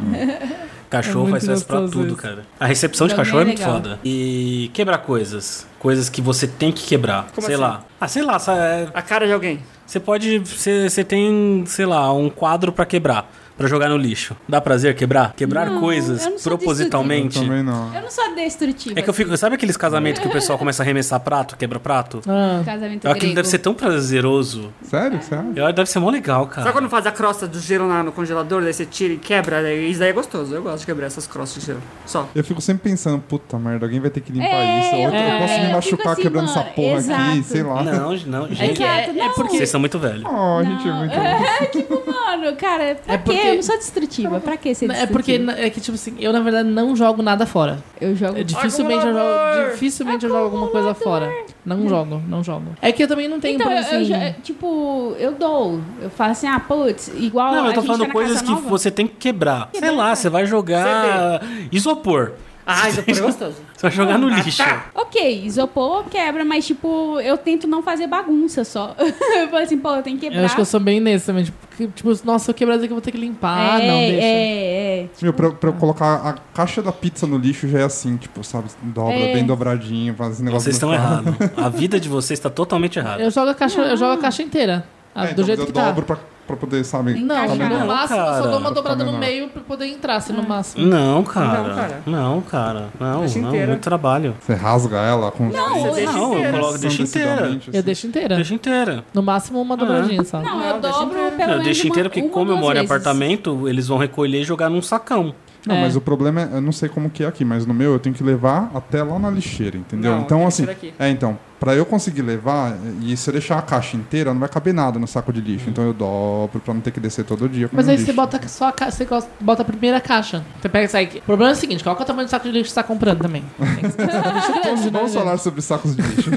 [SPEAKER 1] Cachorro
[SPEAKER 2] É muito
[SPEAKER 1] faz festa pra
[SPEAKER 2] gostoso
[SPEAKER 1] tudo,
[SPEAKER 2] isso.
[SPEAKER 1] cara. A recepção de
[SPEAKER 2] Também
[SPEAKER 1] cachorro é
[SPEAKER 2] é
[SPEAKER 1] muito
[SPEAKER 2] legal.
[SPEAKER 1] foda. E quebrar coisas. Coisas que você tem que quebrar.
[SPEAKER 4] Como
[SPEAKER 1] sei
[SPEAKER 4] assim?
[SPEAKER 1] lá. Ah, sei lá, sa- é-
[SPEAKER 4] A cara de alguém.
[SPEAKER 1] você pode. Você, você tem, sei lá, um quadro pra quebrar. Pra jogar no lixo. Dá prazer quebrar? Quebrar
[SPEAKER 3] Não, eu não
[SPEAKER 1] coisas
[SPEAKER 3] sou
[SPEAKER 1] propositalmente.
[SPEAKER 5] Também não.
[SPEAKER 3] Eu não sou destrutiva.
[SPEAKER 1] É que eu fico. Sabe aqueles casamentos que o pessoal começa a arremessar prato, quebra prato?
[SPEAKER 2] Ah,
[SPEAKER 3] Casamento
[SPEAKER 1] Aquilo
[SPEAKER 3] grego.
[SPEAKER 1] deve ser tão prazeroso.
[SPEAKER 5] Sério? Sério?
[SPEAKER 1] Eu- Deve ser mó legal, cara.
[SPEAKER 4] Sabe quando faz a crosta do gelo na- no congelador, daí você tira e quebra? Daí, isso daí é gostoso. Eu gosto de quebrar essas crostas de gelo. Só.
[SPEAKER 5] Eu fico sempre pensando, puta merda, alguém vai ter que limpar
[SPEAKER 3] É,
[SPEAKER 5] isso. Ou eu
[SPEAKER 3] eu
[SPEAKER 5] posso me
[SPEAKER 3] também, eu fico
[SPEAKER 5] machucar
[SPEAKER 3] assim,
[SPEAKER 5] quebrando
[SPEAKER 3] mano,
[SPEAKER 5] essa porra aqui,
[SPEAKER 3] exato.
[SPEAKER 5] sei lá.
[SPEAKER 1] Não, não,
[SPEAKER 3] É
[SPEAKER 1] gente.
[SPEAKER 3] que é, é porque...
[SPEAKER 1] Vocês são muito velhos.
[SPEAKER 5] Oh, gente, é muito.
[SPEAKER 3] tipo, Mano, cara, pra
[SPEAKER 2] É porque-
[SPEAKER 3] quê? Eu não sou destrutiva. Pra que ser
[SPEAKER 2] é
[SPEAKER 3] destrutiva?
[SPEAKER 2] porque é que tipo assim, eu na verdade não jogo nada fora.
[SPEAKER 3] Eu jogo...
[SPEAKER 2] É, dificilmente eu jogo,
[SPEAKER 4] Acumulador!
[SPEAKER 2] dificilmente eu jogo alguma coisa fora. Não jogo, não jogo. É que eu também não tenho
[SPEAKER 3] Então,
[SPEAKER 2] por
[SPEAKER 3] eu, eu
[SPEAKER 2] assim.
[SPEAKER 3] já- tipo, eu dou. Eu falo assim, ah, putz, igual
[SPEAKER 1] Não,
[SPEAKER 3] a
[SPEAKER 1] eu tô
[SPEAKER 3] gente
[SPEAKER 1] falando
[SPEAKER 3] tá na
[SPEAKER 1] coisas
[SPEAKER 3] casa
[SPEAKER 1] que
[SPEAKER 3] nova.
[SPEAKER 1] você tem que quebrar. Sei lá, você vai jogar isopor.
[SPEAKER 4] Ah, isso é gostoso.
[SPEAKER 1] Você vai jogar no lixo.
[SPEAKER 3] Ok, isopor quebra, mas tipo, eu tento não fazer bagunça só. eu falo assim, pô, eu tenho que quebrar.
[SPEAKER 2] Eu acho que eu sou bem nesse também. Tipo, que- tipo, nossa, se eu quebrar isso aqui, eu vou ter que limpar.
[SPEAKER 3] é,
[SPEAKER 2] Ah, não, deixa.
[SPEAKER 3] É, é.
[SPEAKER 5] Meu, Tipo, pra, pra eu colocar a caixa da pizza no lixo já é assim, tipo, sabe? Dobra
[SPEAKER 3] É.
[SPEAKER 5] bem dobradinho, faz esse negócio.
[SPEAKER 1] Vocês
[SPEAKER 5] no
[SPEAKER 1] estão
[SPEAKER 5] chão.
[SPEAKER 1] errados. A vida de vocês tá totalmente errada.
[SPEAKER 2] Eu jogo a caixa, eu jogo a caixa inteira. a-
[SPEAKER 5] É,
[SPEAKER 2] do
[SPEAKER 5] então,
[SPEAKER 2] jeito
[SPEAKER 5] mas
[SPEAKER 2] que
[SPEAKER 5] eu
[SPEAKER 2] tá.
[SPEAKER 5] dobro pra, pra poder, sabe?
[SPEAKER 2] Não,
[SPEAKER 5] tá
[SPEAKER 3] Caixa. É.
[SPEAKER 5] melhor.
[SPEAKER 2] no
[SPEAKER 1] Não,
[SPEAKER 2] máximo eu
[SPEAKER 1] cara.
[SPEAKER 2] só dou uma dobrada no
[SPEAKER 5] Menor.
[SPEAKER 2] meio pra poder entrar, se no máximo.
[SPEAKER 1] Não, cara. Não,
[SPEAKER 4] Não,
[SPEAKER 1] cara.
[SPEAKER 4] cara.
[SPEAKER 1] Não, cara. Não,
[SPEAKER 4] Deixa
[SPEAKER 1] não,
[SPEAKER 4] inteira.
[SPEAKER 1] muito trabalho.
[SPEAKER 5] Você rasga ela com
[SPEAKER 3] Não,
[SPEAKER 4] Você deixa
[SPEAKER 1] Não, eu
[SPEAKER 4] inteira.
[SPEAKER 1] coloco, deixa inteira.
[SPEAKER 5] Assim.
[SPEAKER 2] Eu deixo inteira.
[SPEAKER 1] Deixa inteira.
[SPEAKER 2] No máximo uma dobradinha só.
[SPEAKER 3] Ah. Não, eu
[SPEAKER 4] Não, deixa
[SPEAKER 3] dobro
[SPEAKER 4] inteiro.
[SPEAKER 3] pelo menos
[SPEAKER 1] eu deixo
[SPEAKER 3] uma-
[SPEAKER 1] inteira porque,
[SPEAKER 3] uma,
[SPEAKER 1] como eu
[SPEAKER 3] duas
[SPEAKER 1] moro em
[SPEAKER 3] vezes.
[SPEAKER 1] apartamento, eles vão recolher e jogar num sacão.
[SPEAKER 5] Não,
[SPEAKER 2] É.
[SPEAKER 5] mas o problema é, eu não sei como que é aqui, mas no meu eu tenho que levar até lá na lixeira, entendeu?
[SPEAKER 4] Não,
[SPEAKER 5] então
[SPEAKER 4] tem que
[SPEAKER 5] assim,
[SPEAKER 4] ser aqui.
[SPEAKER 5] é então, pra eu conseguir levar e se eu deixar a caixa inteira, não vai caber nada no saco de lixo. Então eu dobro pra não ter que descer todo dia.
[SPEAKER 2] Mas
[SPEAKER 5] comendo
[SPEAKER 2] aí
[SPEAKER 5] lixo.
[SPEAKER 2] você bota só a caixa, você gosta- bota a primeira caixa. Você pega isso aí. O problema é o seguinte, qual que é o tamanho do saco de lixo que você tá comprando também? Tem que ser um saco de lixo
[SPEAKER 5] Vamos,
[SPEAKER 2] grande, né,
[SPEAKER 5] vamos
[SPEAKER 2] gente?
[SPEAKER 5] falar sobre sacos de lixo.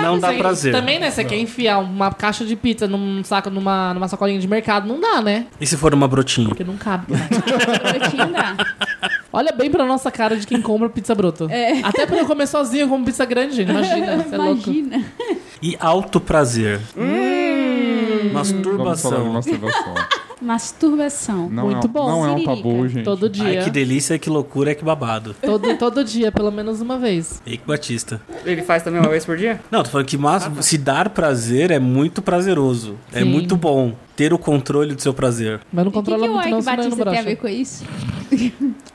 [SPEAKER 1] não dá
[SPEAKER 3] assim,
[SPEAKER 2] Você-
[SPEAKER 1] prazer.
[SPEAKER 2] Também, né? Você quer enfiar uma caixa de pizza num saco, numa, numa sacolinha de mercado, não dá, né?
[SPEAKER 1] E se for uma brotinha?
[SPEAKER 2] Porque não cabe.
[SPEAKER 3] Eu tinha andar.
[SPEAKER 2] Olha bem pra nossa cara de quem compra pizza broto. Até pra eu comer sozinho, eu como pizza grande, gente. Imagina, você é louco.
[SPEAKER 3] É. Imagina.
[SPEAKER 1] E alto prazer.
[SPEAKER 5] Vamos falar de
[SPEAKER 1] Masturbação.
[SPEAKER 5] masturbação.
[SPEAKER 3] Masturbação.
[SPEAKER 5] Não
[SPEAKER 3] Muito
[SPEAKER 5] é,
[SPEAKER 3] bom.
[SPEAKER 5] Não é um
[SPEAKER 3] Siririca.
[SPEAKER 5] tabu, gente.
[SPEAKER 2] Todo
[SPEAKER 1] Ai,
[SPEAKER 2] dia.
[SPEAKER 1] que delícia, que loucura, que babado.
[SPEAKER 2] todo, todo dia, pelo menos uma vez.
[SPEAKER 1] Eike Batista.
[SPEAKER 4] Ele faz também uma vez por dia?
[SPEAKER 1] Não, tô falando que mas- se dar prazer é muito prazeroso. É
[SPEAKER 2] Sim.
[SPEAKER 1] muito bom ter o controle do seu prazer.
[SPEAKER 2] Mas não
[SPEAKER 3] E o que,
[SPEAKER 2] controla
[SPEAKER 3] que o
[SPEAKER 2] muito não,
[SPEAKER 3] Ike
[SPEAKER 2] senão eu não
[SPEAKER 3] Batista tem a
[SPEAKER 2] brocha.
[SPEAKER 3] ver com isso?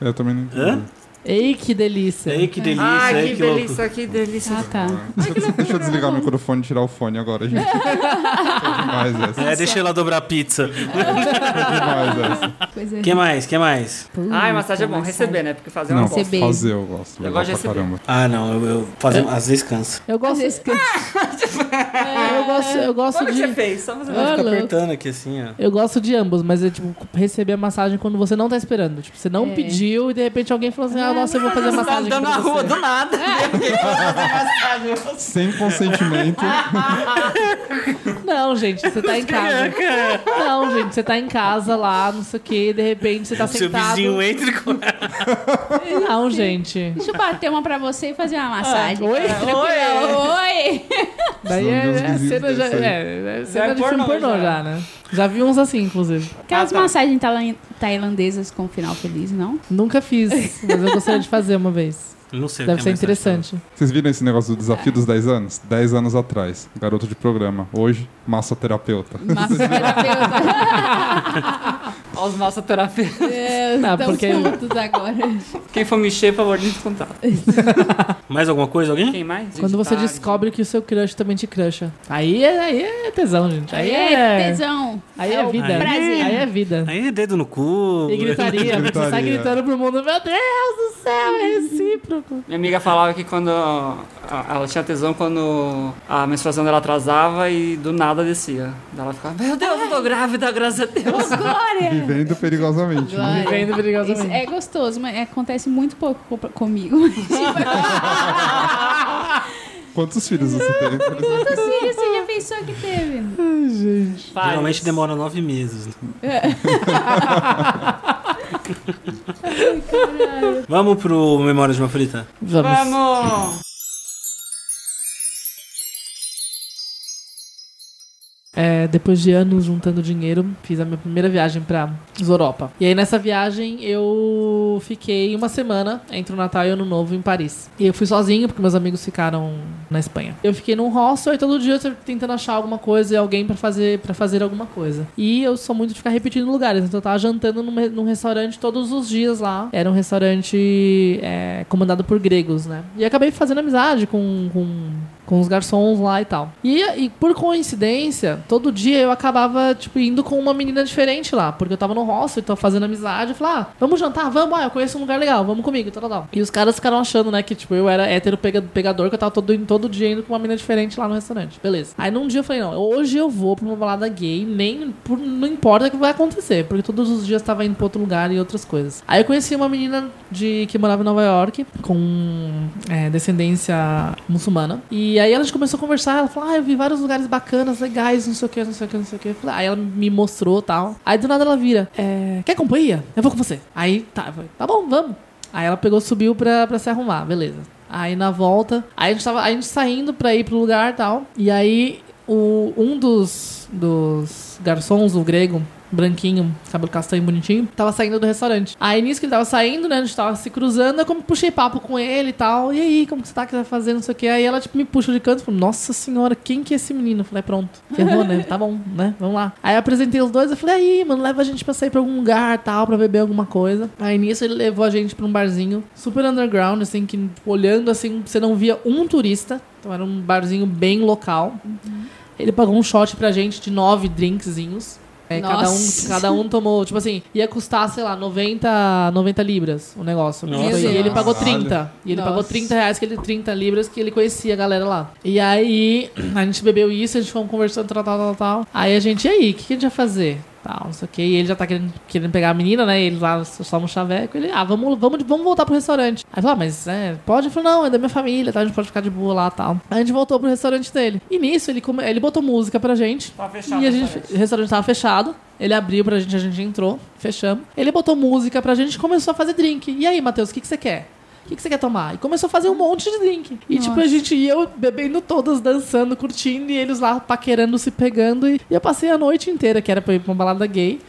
[SPEAKER 5] Eu também não
[SPEAKER 1] Hã?
[SPEAKER 5] entendo.
[SPEAKER 2] Ei, que delícia.
[SPEAKER 1] Ei, que delícia,
[SPEAKER 4] Ai,
[SPEAKER 1] ei,
[SPEAKER 4] que,
[SPEAKER 1] é, que louco.
[SPEAKER 4] delícia, que delícia.
[SPEAKER 3] Ah, tá.
[SPEAKER 5] Deixa, deixa eu desligar o microfone e tirar o fone agora, gente. Foi demais essa.
[SPEAKER 1] É, deixa ela dobrar a pizza.
[SPEAKER 5] Foi demais essa.
[SPEAKER 3] Coisa
[SPEAKER 1] que mais, que mais?
[SPEAKER 4] Ai, massagem é bom. Receber, né? Porque fazer é uma
[SPEAKER 5] Não,
[SPEAKER 4] bosta.
[SPEAKER 3] Receber.
[SPEAKER 5] fazer eu gosto.
[SPEAKER 4] Eu
[SPEAKER 5] legal
[SPEAKER 4] gosto de
[SPEAKER 5] pra
[SPEAKER 4] receber.
[SPEAKER 5] caramba.
[SPEAKER 1] Ah, não, eu, eu fazer, às vezes cansa.
[SPEAKER 2] Eu gosto,
[SPEAKER 3] Ah,
[SPEAKER 2] eu gosto, eu gosto
[SPEAKER 4] Olha o é que você
[SPEAKER 2] de...
[SPEAKER 4] fez. Só um. você...
[SPEAKER 2] Ah,
[SPEAKER 1] Fica
[SPEAKER 2] louco.
[SPEAKER 1] apertando aqui assim, ó.
[SPEAKER 2] Eu gosto de ambos, mas é tipo receber a massagem quando você não tá esperando. Tipo, você não
[SPEAKER 3] É.
[SPEAKER 2] pediu e de repente alguém falou assim: Ah, nossa, eu vou fazer a
[SPEAKER 4] Você tá
[SPEAKER 2] massagem.
[SPEAKER 4] andando na
[SPEAKER 2] aqui pra
[SPEAKER 4] rua
[SPEAKER 2] você.
[SPEAKER 4] do nada.
[SPEAKER 5] Sem consentimento.
[SPEAKER 2] Não, gente, você tá em casa. Não, gente, você tá em casa lá, não sei o quê, e de repente você tá
[SPEAKER 1] Seu
[SPEAKER 2] sentado.
[SPEAKER 1] vizinho entra e começa.
[SPEAKER 2] Não, gente.
[SPEAKER 3] Deixa eu bater uma pra você e fazer uma massagem.
[SPEAKER 2] Oi?
[SPEAKER 3] Oi!
[SPEAKER 2] Daí
[SPEAKER 5] Não,
[SPEAKER 2] é,
[SPEAKER 5] Deus
[SPEAKER 2] é
[SPEAKER 5] me livre
[SPEAKER 2] cena, já,
[SPEAKER 5] dessa aí.
[SPEAKER 2] é, é cena
[SPEAKER 4] é
[SPEAKER 2] de filme
[SPEAKER 4] pornô
[SPEAKER 2] pornô já.
[SPEAKER 4] já.
[SPEAKER 2] né? Já vi uns assim, inclusive.
[SPEAKER 3] Aquelas
[SPEAKER 4] Ah, tá.
[SPEAKER 3] massagens tailan- tailandesas com final feliz, não?
[SPEAKER 2] Nunca fiz, mas eu gostaria de fazer uma vez.
[SPEAKER 1] Não sei o
[SPEAKER 2] Deve
[SPEAKER 1] que é
[SPEAKER 2] ser
[SPEAKER 1] mais
[SPEAKER 2] interessante.
[SPEAKER 5] Vocês viram esse negócio do desafio dos 10 anos? 10 anos atrás. Garoto de programa. Hoje, massoterapeuta.
[SPEAKER 3] Massoterapeuta.
[SPEAKER 4] Olha os massoterapeutas.
[SPEAKER 3] É,
[SPEAKER 2] Tá,
[SPEAKER 3] tá, porque...
[SPEAKER 2] porque-
[SPEAKER 3] juntos agora.
[SPEAKER 4] Quem for mexer, por favor, descontar.
[SPEAKER 1] Mais alguma coisa, alguém?
[SPEAKER 4] Quem mais?
[SPEAKER 2] Quando você
[SPEAKER 4] Digitar.
[SPEAKER 2] descobre que o seu crush também te crusha. Aí é, aí é tesão, gente. Aí é.
[SPEAKER 3] tesão.
[SPEAKER 2] Aí é
[SPEAKER 3] o
[SPEAKER 2] vida.
[SPEAKER 3] Prazer.
[SPEAKER 2] Aí é vida.
[SPEAKER 1] Aí é dedo no cu.
[SPEAKER 2] E gritaria, você sai
[SPEAKER 5] Gritaria.
[SPEAKER 2] gritando pro mundo, meu Deus do céu, é recíproco.
[SPEAKER 4] Minha amiga falava que quando a- ela tinha tesão quando a menstruação dela atrasava e do nada descia. Daí Ela ficava, meu Deus, eu tô grávida, graças a Deus. É.
[SPEAKER 3] Glória!
[SPEAKER 5] Vivendo perigosamente. né?
[SPEAKER 3] Glória.
[SPEAKER 2] Vivendo
[SPEAKER 3] Isso
[SPEAKER 2] perigosamente.
[SPEAKER 3] é gostoso, mas acontece muito pouco co- comigo.
[SPEAKER 5] Quantos filhos você tem?
[SPEAKER 3] Quantos filhos você já pensou que teve?
[SPEAKER 4] Vários.
[SPEAKER 1] Geralmente demora nove meses.
[SPEAKER 2] É.
[SPEAKER 1] Vamos pro Memória de uma Frita?
[SPEAKER 2] Vamos.
[SPEAKER 4] Vamos!
[SPEAKER 2] É, depois de anos juntando dinheiro, fiz a minha primeira viagem pra Europa. E aí nessa viagem eu fiquei uma semana entre o Natal e o Ano Novo em Paris. E eu fui sozinho porque meus amigos ficaram na Espanha. Eu fiquei num hostel e todo dia eu tentando achar alguma coisa e alguém pra fazer para fazer alguma coisa. E eu sou muito de ficar repetindo lugares, então eu tava jantando num, re- num restaurante todos os dias lá. Era um restaurante é, comandado por gregos, né? E acabei fazendo amizade com- com com os garçons lá e tal. E, e por coincidência, todo dia eu acabava, tipo, indo com uma menina diferente lá, porque eu tava no hostel e tava fazendo amizade. Eu falava, ah, vamos jantar, vamos, ah, eu conheço um lugar legal, vamos comigo, tal, tal, tal. E os caras ficaram achando, né, que, tipo, eu era hétero pega- pegador, que eu tava todo, indo- todo dia indo com uma menina diferente lá no restaurante. Beleza. Aí num dia eu falei, não, hoje eu vou pra uma balada gay, nem, por- não importa o que vai acontecer, porque todos os dias tava indo pra outro lugar e outras coisas. Aí eu conheci uma menina de que morava em Nova York, com é, descendência muçulmana. E aí a gente começou a conversar, ela falou, ah, eu vi vários lugares bacanas, legais, não sei o que, não sei o que, não sei o que. "Ah," Aí ela me mostrou tal. Aí do nada ela vira, é, quer companhia? Eu vou com você. Aí tá, eu falei, tá bom, vamos. Aí ela pegou, subiu pra, pra se arrumar, beleza. Aí na volta, aí a gente tava a gente saindo pra ir pro lugar e tal. E aí o, um dos, dos garçons, o grego, branquinho, cabelo castanho bonitinho, tava saindo do restaurante. Aí nisso que ele tava saindo, né, a gente tava se cruzando, eu como puxei papo com ele e tal. E aí, como que você tá, o que você tá fazendo, não sei o que. Aí ela, tipo, me puxa de canto e falou, nossa senhora, quem que é esse menino? Eu falei, pronto, ferrou, né, tá bom, né, vamos lá. Aí eu apresentei os dois, eu falei, aí, mano, leva a gente pra sair pra algum lugar, tal, pra beber alguma coisa. Aí nisso ele levou a gente pra um barzinho super underground, assim, que tipo, olhando, assim, você não via um turista. Então era um barzinho bem local. Ele pagou um shot pra gente de nove drinkzinhos. É, cada, um,
[SPEAKER 3] Nossa.
[SPEAKER 2] cada um tomou, tipo assim, ia custar, sei lá, 90, 90 libras o negócio.
[SPEAKER 1] Nossa.
[SPEAKER 2] e ele pagou
[SPEAKER 5] Caralho.
[SPEAKER 2] 30. E ele pagou
[SPEAKER 3] Nossa.
[SPEAKER 2] 30 reais, que ele, 30 libras, que ele conhecia a galera lá. E aí, a gente bebeu isso, a gente foi conversando, tal, tal, tal, tal. Aí a gente, e aí, o que, que a gente vai fazer? Tal, não sei o que. E ele já tá querendo, querendo pegar a menina, né? Ele lá só no chaveco. Ele, ah, vamos, vamos, vamos voltar pro restaurante. Aí falou, ah, mas é, pode? Ele falou, não, é da minha família, tá? A gente pode ficar de boa lá tal. Aí a gente voltou pro restaurante dele. E nisso, ele, come- ele botou música pra gente.
[SPEAKER 4] Tá fechado.
[SPEAKER 2] E a gente, o restaurante tava fechado. Ele abriu pra gente, a gente entrou, fechamos. Ele botou música pra gente e começou a fazer drink. E aí, Matheus, o que, que você quer? O que, que você quer tomar? E começou a fazer um monte de drink. E tipo, a gente e eu bebendo todas, dançando, curtindo, e eles lá paquerando, se pegando. E, e eu passei a noite inteira, que era pra ir pra uma balada gay,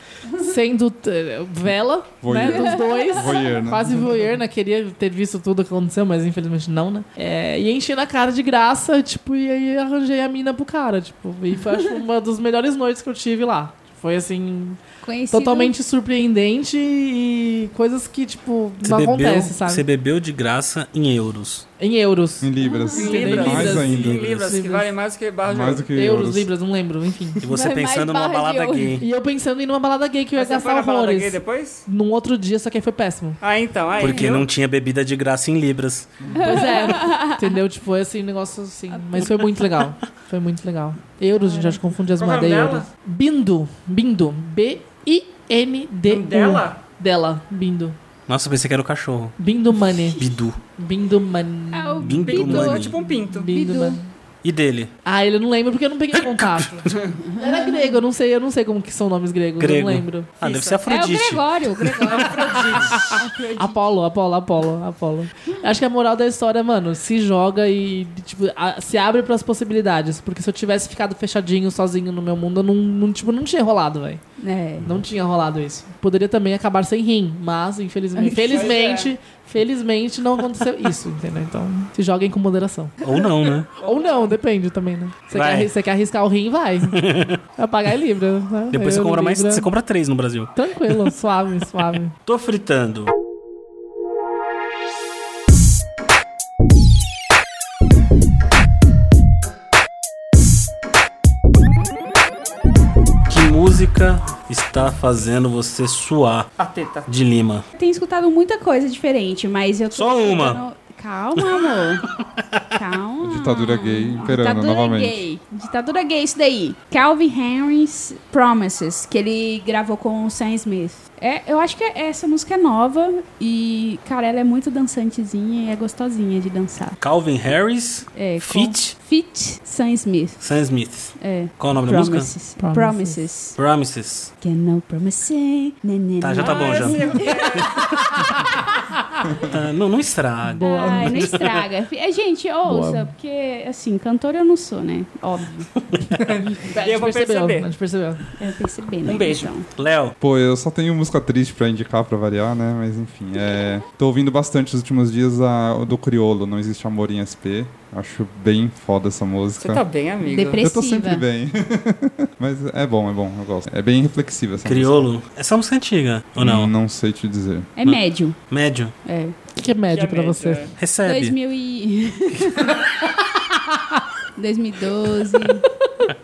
[SPEAKER 2] sendo eh, vela, né?
[SPEAKER 5] Voyeur.
[SPEAKER 2] Dos dois.
[SPEAKER 5] Voyeur, né?
[SPEAKER 2] Quase voyeur, né? Queria ter visto tudo que aconteceu, mas infelizmente não, né? É, e enchendo a cara de graça, tipo, e aí arranjei a mina pro cara, tipo. E foi acho, uma das melhores noites que eu tive lá. Foi assim,
[SPEAKER 3] Conhecido.
[SPEAKER 2] totalmente surpreendente e coisas que, tipo,
[SPEAKER 1] Você
[SPEAKER 2] não
[SPEAKER 1] bebeu,
[SPEAKER 2] acontece, sabe?
[SPEAKER 1] Você bebeu de graça em euros.
[SPEAKER 2] Em euros.
[SPEAKER 5] Em Libras.
[SPEAKER 2] Em Libras.
[SPEAKER 5] Mais ainda.
[SPEAKER 1] né?
[SPEAKER 4] Em libras, que
[SPEAKER 2] Libras.
[SPEAKER 4] vale mais do que barra de
[SPEAKER 5] Mais
[SPEAKER 4] ouro.
[SPEAKER 5] do que
[SPEAKER 2] euros,
[SPEAKER 5] euros.
[SPEAKER 2] libras, não lembro, enfim.
[SPEAKER 1] E você
[SPEAKER 3] Vai mais
[SPEAKER 1] pensando numa
[SPEAKER 3] barra de
[SPEAKER 1] balada
[SPEAKER 3] ouro.
[SPEAKER 1] gay.
[SPEAKER 2] E eu pensando em ir numa balada gay que eu ia
[SPEAKER 4] Mas Você foi
[SPEAKER 2] gastar
[SPEAKER 4] na balada gay
[SPEAKER 2] horrores.
[SPEAKER 4] depois?
[SPEAKER 2] Num outro dia, só que aí foi péssimo.
[SPEAKER 4] Ah, então. Aí,
[SPEAKER 1] Porque
[SPEAKER 4] viu?
[SPEAKER 1] não tinha bebida de graça em libras.
[SPEAKER 2] Pois é. entendeu? Tipo, foi assim, um negócio assim. Mas foi muito legal. Foi muito legal. Euros, gente, acho que confundi as
[SPEAKER 4] Qual é o
[SPEAKER 2] moedas.
[SPEAKER 4] nome
[SPEAKER 2] Euros.
[SPEAKER 4] dela?
[SPEAKER 2] Bindo. Bindo. B-I-N-D-U.
[SPEAKER 4] Nome dela?
[SPEAKER 2] Dela. Bindo.
[SPEAKER 1] Nossa, eu pensei que era o cachorro.
[SPEAKER 2] Bindo Money.
[SPEAKER 1] Bidu.
[SPEAKER 2] Bindo Money.
[SPEAKER 3] É o
[SPEAKER 1] Bim,
[SPEAKER 3] Bidu.
[SPEAKER 1] bim,
[SPEAKER 4] Pinto,
[SPEAKER 1] mano.
[SPEAKER 4] tipo um pinto.
[SPEAKER 2] Bindo
[SPEAKER 3] Bidu.
[SPEAKER 2] Money.
[SPEAKER 1] E dele?
[SPEAKER 2] Ah, ele eu não lembro porque eu não peguei contato. Era grego, eu não sei, eu não sei como que são nomes gregos, eu
[SPEAKER 1] Grego.
[SPEAKER 2] não lembro.
[SPEAKER 1] Ah,
[SPEAKER 4] Isso.
[SPEAKER 1] deve ser
[SPEAKER 3] É o
[SPEAKER 1] Afrodite.
[SPEAKER 3] Gregório, o Gregório.
[SPEAKER 2] Apolo, Apolo, Apolo, Apolo. Acho que a moral da história, mano, se joga e tipo, a- se abre pras possibilidades, porque se eu tivesse ficado fechadinho sozinho no meu mundo, eu não, não, tipo, não tinha rolado, velho.
[SPEAKER 3] é.
[SPEAKER 2] Não tinha rolado isso. Poderia também acabar sem rim, mas infelizmente,
[SPEAKER 4] é.
[SPEAKER 2] felizmente, felizmente não aconteceu isso, entendeu? Então, se joguem com moderação.
[SPEAKER 1] Ou não, né?
[SPEAKER 2] Ou não, depende também, né? Você
[SPEAKER 1] Vai.
[SPEAKER 2] quer, arri- você quer arriscar o rim, vai. Vai pagar em libra. né?
[SPEAKER 1] Depois você
[SPEAKER 2] Euro,
[SPEAKER 1] compra mais.
[SPEAKER 2] libra.
[SPEAKER 1] Você compra três no Brasil.
[SPEAKER 2] Tranquilo, suave, suave.
[SPEAKER 1] Tô fritando. Que música está fazendo você suar
[SPEAKER 4] A teta.
[SPEAKER 1] de Lima?
[SPEAKER 3] Tenho escutado muita coisa diferente, mas eu tô
[SPEAKER 1] Só uma.
[SPEAKER 3] escutando- Calma, amor. Calma.
[SPEAKER 5] Ditadura gay imperando
[SPEAKER 3] Ditadura
[SPEAKER 5] novamente.
[SPEAKER 3] gay. Ditadura gay, isso daí. Calvin Harris Promises, que ele gravou com o Sam Smith. É, eu acho que essa música é nova e, cara, ela é muito dançantezinha e é gostosinha de dançar.
[SPEAKER 1] Calvin Harris,
[SPEAKER 3] É, com-
[SPEAKER 1] Fit,
[SPEAKER 3] Fit Sam Smith.
[SPEAKER 1] Sam Smith.
[SPEAKER 3] É.
[SPEAKER 1] Qual o nome da música?
[SPEAKER 3] Promises.
[SPEAKER 2] Promises.
[SPEAKER 3] Promises.
[SPEAKER 1] Promises.
[SPEAKER 3] Can no promise. né, né,
[SPEAKER 1] Tá,
[SPEAKER 3] né.
[SPEAKER 1] já tá bom já.
[SPEAKER 4] Essa-
[SPEAKER 1] Ah, não, não estraga.
[SPEAKER 3] Ai, não estraga. É, gente, ouça,
[SPEAKER 2] Boa.
[SPEAKER 3] porque, assim, cantora eu não sou, né? Óbvio.
[SPEAKER 2] A gente
[SPEAKER 4] Eu vou
[SPEAKER 2] percebeu,
[SPEAKER 4] perceber.
[SPEAKER 2] A gente percebeu.
[SPEAKER 3] Eu percebi, né?
[SPEAKER 4] Um beijo.
[SPEAKER 3] Então.
[SPEAKER 1] Léo,
[SPEAKER 5] Pô, eu só tenho música triste pra indicar, pra variar, né? Mas enfim, é... Tô ouvindo bastante nos últimos dias a... o do Criolo, Não Existe Amor em SP. Acho bem foda essa música.
[SPEAKER 4] Você tá bem, amigo.
[SPEAKER 3] Depre-
[SPEAKER 5] Eu tô sempre
[SPEAKER 3] Depressiva.
[SPEAKER 5] bem. Mas é bom, é bom, eu gosto. É bem reflexiva essa
[SPEAKER 1] Criolo. Essa música é antiga, ou
[SPEAKER 5] música.
[SPEAKER 1] não?
[SPEAKER 3] Hum.
[SPEAKER 5] Não sei te dizer.
[SPEAKER 3] É
[SPEAKER 1] Hum.
[SPEAKER 3] médio.
[SPEAKER 1] Médio.
[SPEAKER 3] É.
[SPEAKER 2] O que é médio pra
[SPEAKER 4] média,
[SPEAKER 2] você?
[SPEAKER 4] é.
[SPEAKER 1] Recebe.
[SPEAKER 3] 2000 e... 2012,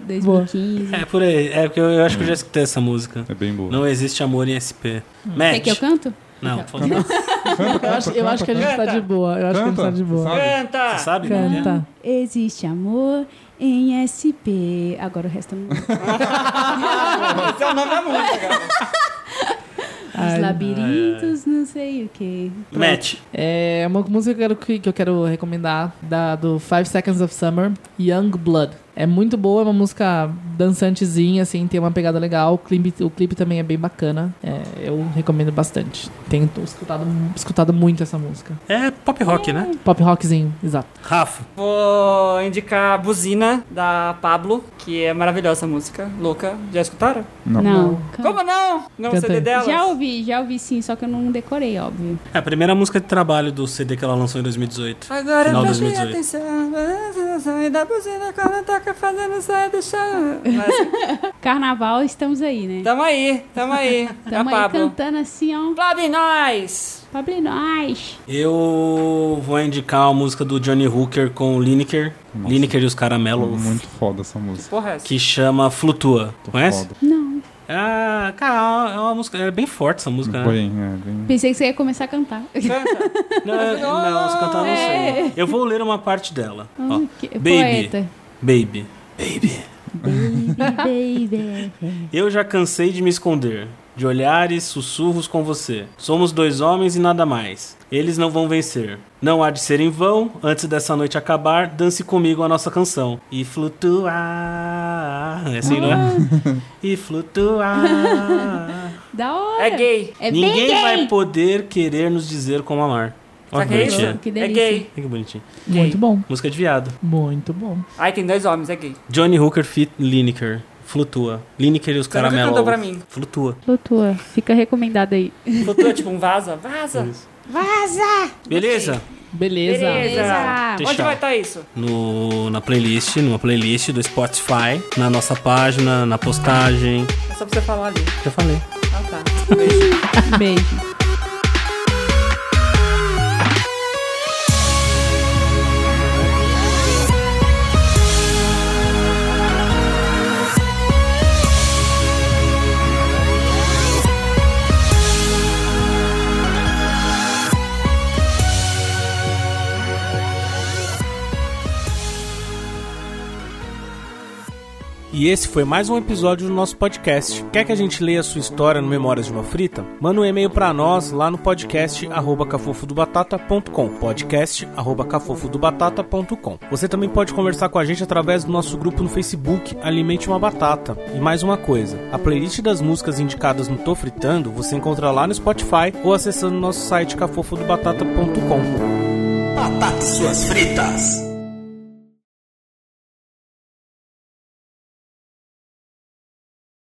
[SPEAKER 3] 2015.
[SPEAKER 1] É por aí. É porque eu, eu acho que eu já escutei essa músca.
[SPEAKER 5] É bem boa.
[SPEAKER 1] Não existe amor em SP.
[SPEAKER 3] Hum. Quer que eu
[SPEAKER 1] Match.
[SPEAKER 3] canto?
[SPEAKER 1] Não, por favor.
[SPEAKER 2] Eu acho, eu acho que a gente tá de boa. Eu acho que a gente tá de boa.
[SPEAKER 5] Sabe?
[SPEAKER 4] Canta!
[SPEAKER 1] Você sabe?
[SPEAKER 2] Canta.
[SPEAKER 3] Existe amor em SP. Agora o resto é não.
[SPEAKER 4] Esse é o nome da música.
[SPEAKER 3] Os
[SPEAKER 2] Ai.
[SPEAKER 3] labirintos, não sei o que.
[SPEAKER 1] Match.
[SPEAKER 2] É uma música que eu quero, que- que eu quero recomendar, da, do Five Seconds of Summer, Young Blood. É muito boa, é uma música dançantezinha, assim, tem uma pegada legal. O clipe, o clipe também é bem bacana. É, eu recomendo bastante. Tenho escutado, escutado muito essa música.
[SPEAKER 1] É pop rock, né?
[SPEAKER 3] Hum.
[SPEAKER 2] Pop rockzinho, exato.
[SPEAKER 1] Rafa.
[SPEAKER 4] Vou indicar a buzina da Pablo, que é maravilhosa essa música. Louca. Já escutaram?
[SPEAKER 5] Não.
[SPEAKER 3] Canta.
[SPEAKER 4] Como não? Não
[SPEAKER 2] Canta
[SPEAKER 4] CD
[SPEAKER 2] aí.
[SPEAKER 4] dela?
[SPEAKER 3] Já ouvi, já ouvi sim, só que eu não decorei, óbvio.
[SPEAKER 1] É a primeira música de trabalho do CD que ela lançou em 2018.
[SPEAKER 4] Agora
[SPEAKER 1] Final
[SPEAKER 4] preste
[SPEAKER 1] 2018.
[SPEAKER 4] atenção. E da buzina quando toca fazendo sai do chão. Mas, assim,
[SPEAKER 3] Carnaval, estamos aí, né?
[SPEAKER 4] Tamo aí, tamo aí. é a
[SPEAKER 3] Estamos aí
[SPEAKER 4] Tá, Pablo.
[SPEAKER 3] cantando assim, ó.
[SPEAKER 4] Pablo e nós!
[SPEAKER 3] Pablo nós.
[SPEAKER 1] Eu vou indicar a música do Johnny Hooker com o Lineker. Lineker e os Caramelos.
[SPEAKER 5] Muito foda essa música.
[SPEAKER 4] Porra, essa.
[SPEAKER 1] Que chama Flutua. Conhece?
[SPEAKER 5] Foda.
[SPEAKER 3] Não.
[SPEAKER 1] Ah, cara, é uma música. É bem forte essa música, né?
[SPEAKER 5] Bem, é, bem...
[SPEAKER 3] Pensei que você ia começar a cantar.
[SPEAKER 4] Canta.
[SPEAKER 1] Não, é- não, se cantar eu não
[SPEAKER 3] É.
[SPEAKER 1] sei. Eu vou ler uma parte
[SPEAKER 3] Hum.
[SPEAKER 1] dela. Ó.
[SPEAKER 3] Que
[SPEAKER 1] Baby.
[SPEAKER 3] Poeta.
[SPEAKER 1] Baby. Baby.
[SPEAKER 4] É
[SPEAKER 3] Baby, baby.
[SPEAKER 1] Eu já cansei de me esconder, de olhares, sussurros com você. Somos dois homens e nada mais. Eles não vão vencer. Não há de ser em vão, antes dessa noite acabar, dance comigo a nossa canção. E flutuar. É assim, não é?
[SPEAKER 4] Ah.
[SPEAKER 1] E flutuar.
[SPEAKER 3] Da hora.
[SPEAKER 4] É gay.
[SPEAKER 3] É bem
[SPEAKER 1] Ninguém
[SPEAKER 3] gay.
[SPEAKER 1] vai poder querer nos dizer como amar. Olha
[SPEAKER 4] Sabe
[SPEAKER 1] que
[SPEAKER 4] que é isso?
[SPEAKER 1] bonitinho.
[SPEAKER 3] Que
[SPEAKER 4] É
[SPEAKER 3] delícia.
[SPEAKER 4] gay.
[SPEAKER 1] Olha que bonitinho.
[SPEAKER 2] Muito bom.
[SPEAKER 1] Música de viado.
[SPEAKER 2] Muito bom.
[SPEAKER 4] Aí tem dois homens, é gay.
[SPEAKER 1] Johnny Hooker fit Lineker. Flutua. Lineker e os
[SPEAKER 4] Você nunca
[SPEAKER 1] caramelos.
[SPEAKER 4] cantou pra mim.
[SPEAKER 1] Flutua.
[SPEAKER 7] Flutua. Fica recomendado aí.
[SPEAKER 4] Flutua tipo um vaso, ó. Vaza.
[SPEAKER 1] Beleza?
[SPEAKER 2] Beleza.
[SPEAKER 4] Beleza. Onde
[SPEAKER 1] Fechado.
[SPEAKER 4] vai estar isso?
[SPEAKER 1] No, na playlist, numa playlist do Spotify, na nossa página, na postagem.
[SPEAKER 4] É só pra você falar ali.
[SPEAKER 1] Já falei.
[SPEAKER 4] Ah, tá. Beijo.
[SPEAKER 2] Beijo.
[SPEAKER 1] E esse foi mais um episódio do nosso podcast. Quer que a gente leia a sua história no Memórias de uma Frita? Manda um e-mail para nós lá no podcast arroba cafofodobatata.com podcast arroba cafofodobatata.com Você também pode conversar com a gente através do nosso grupo no Facebook Alimente Uma Batata. E mais uma coisa, a playlist das músicas indicadas no Tô Fritando você encontra lá no Spotify ou acessando nosso site cafofodobatata.com
[SPEAKER 8] Batata e suas fritas.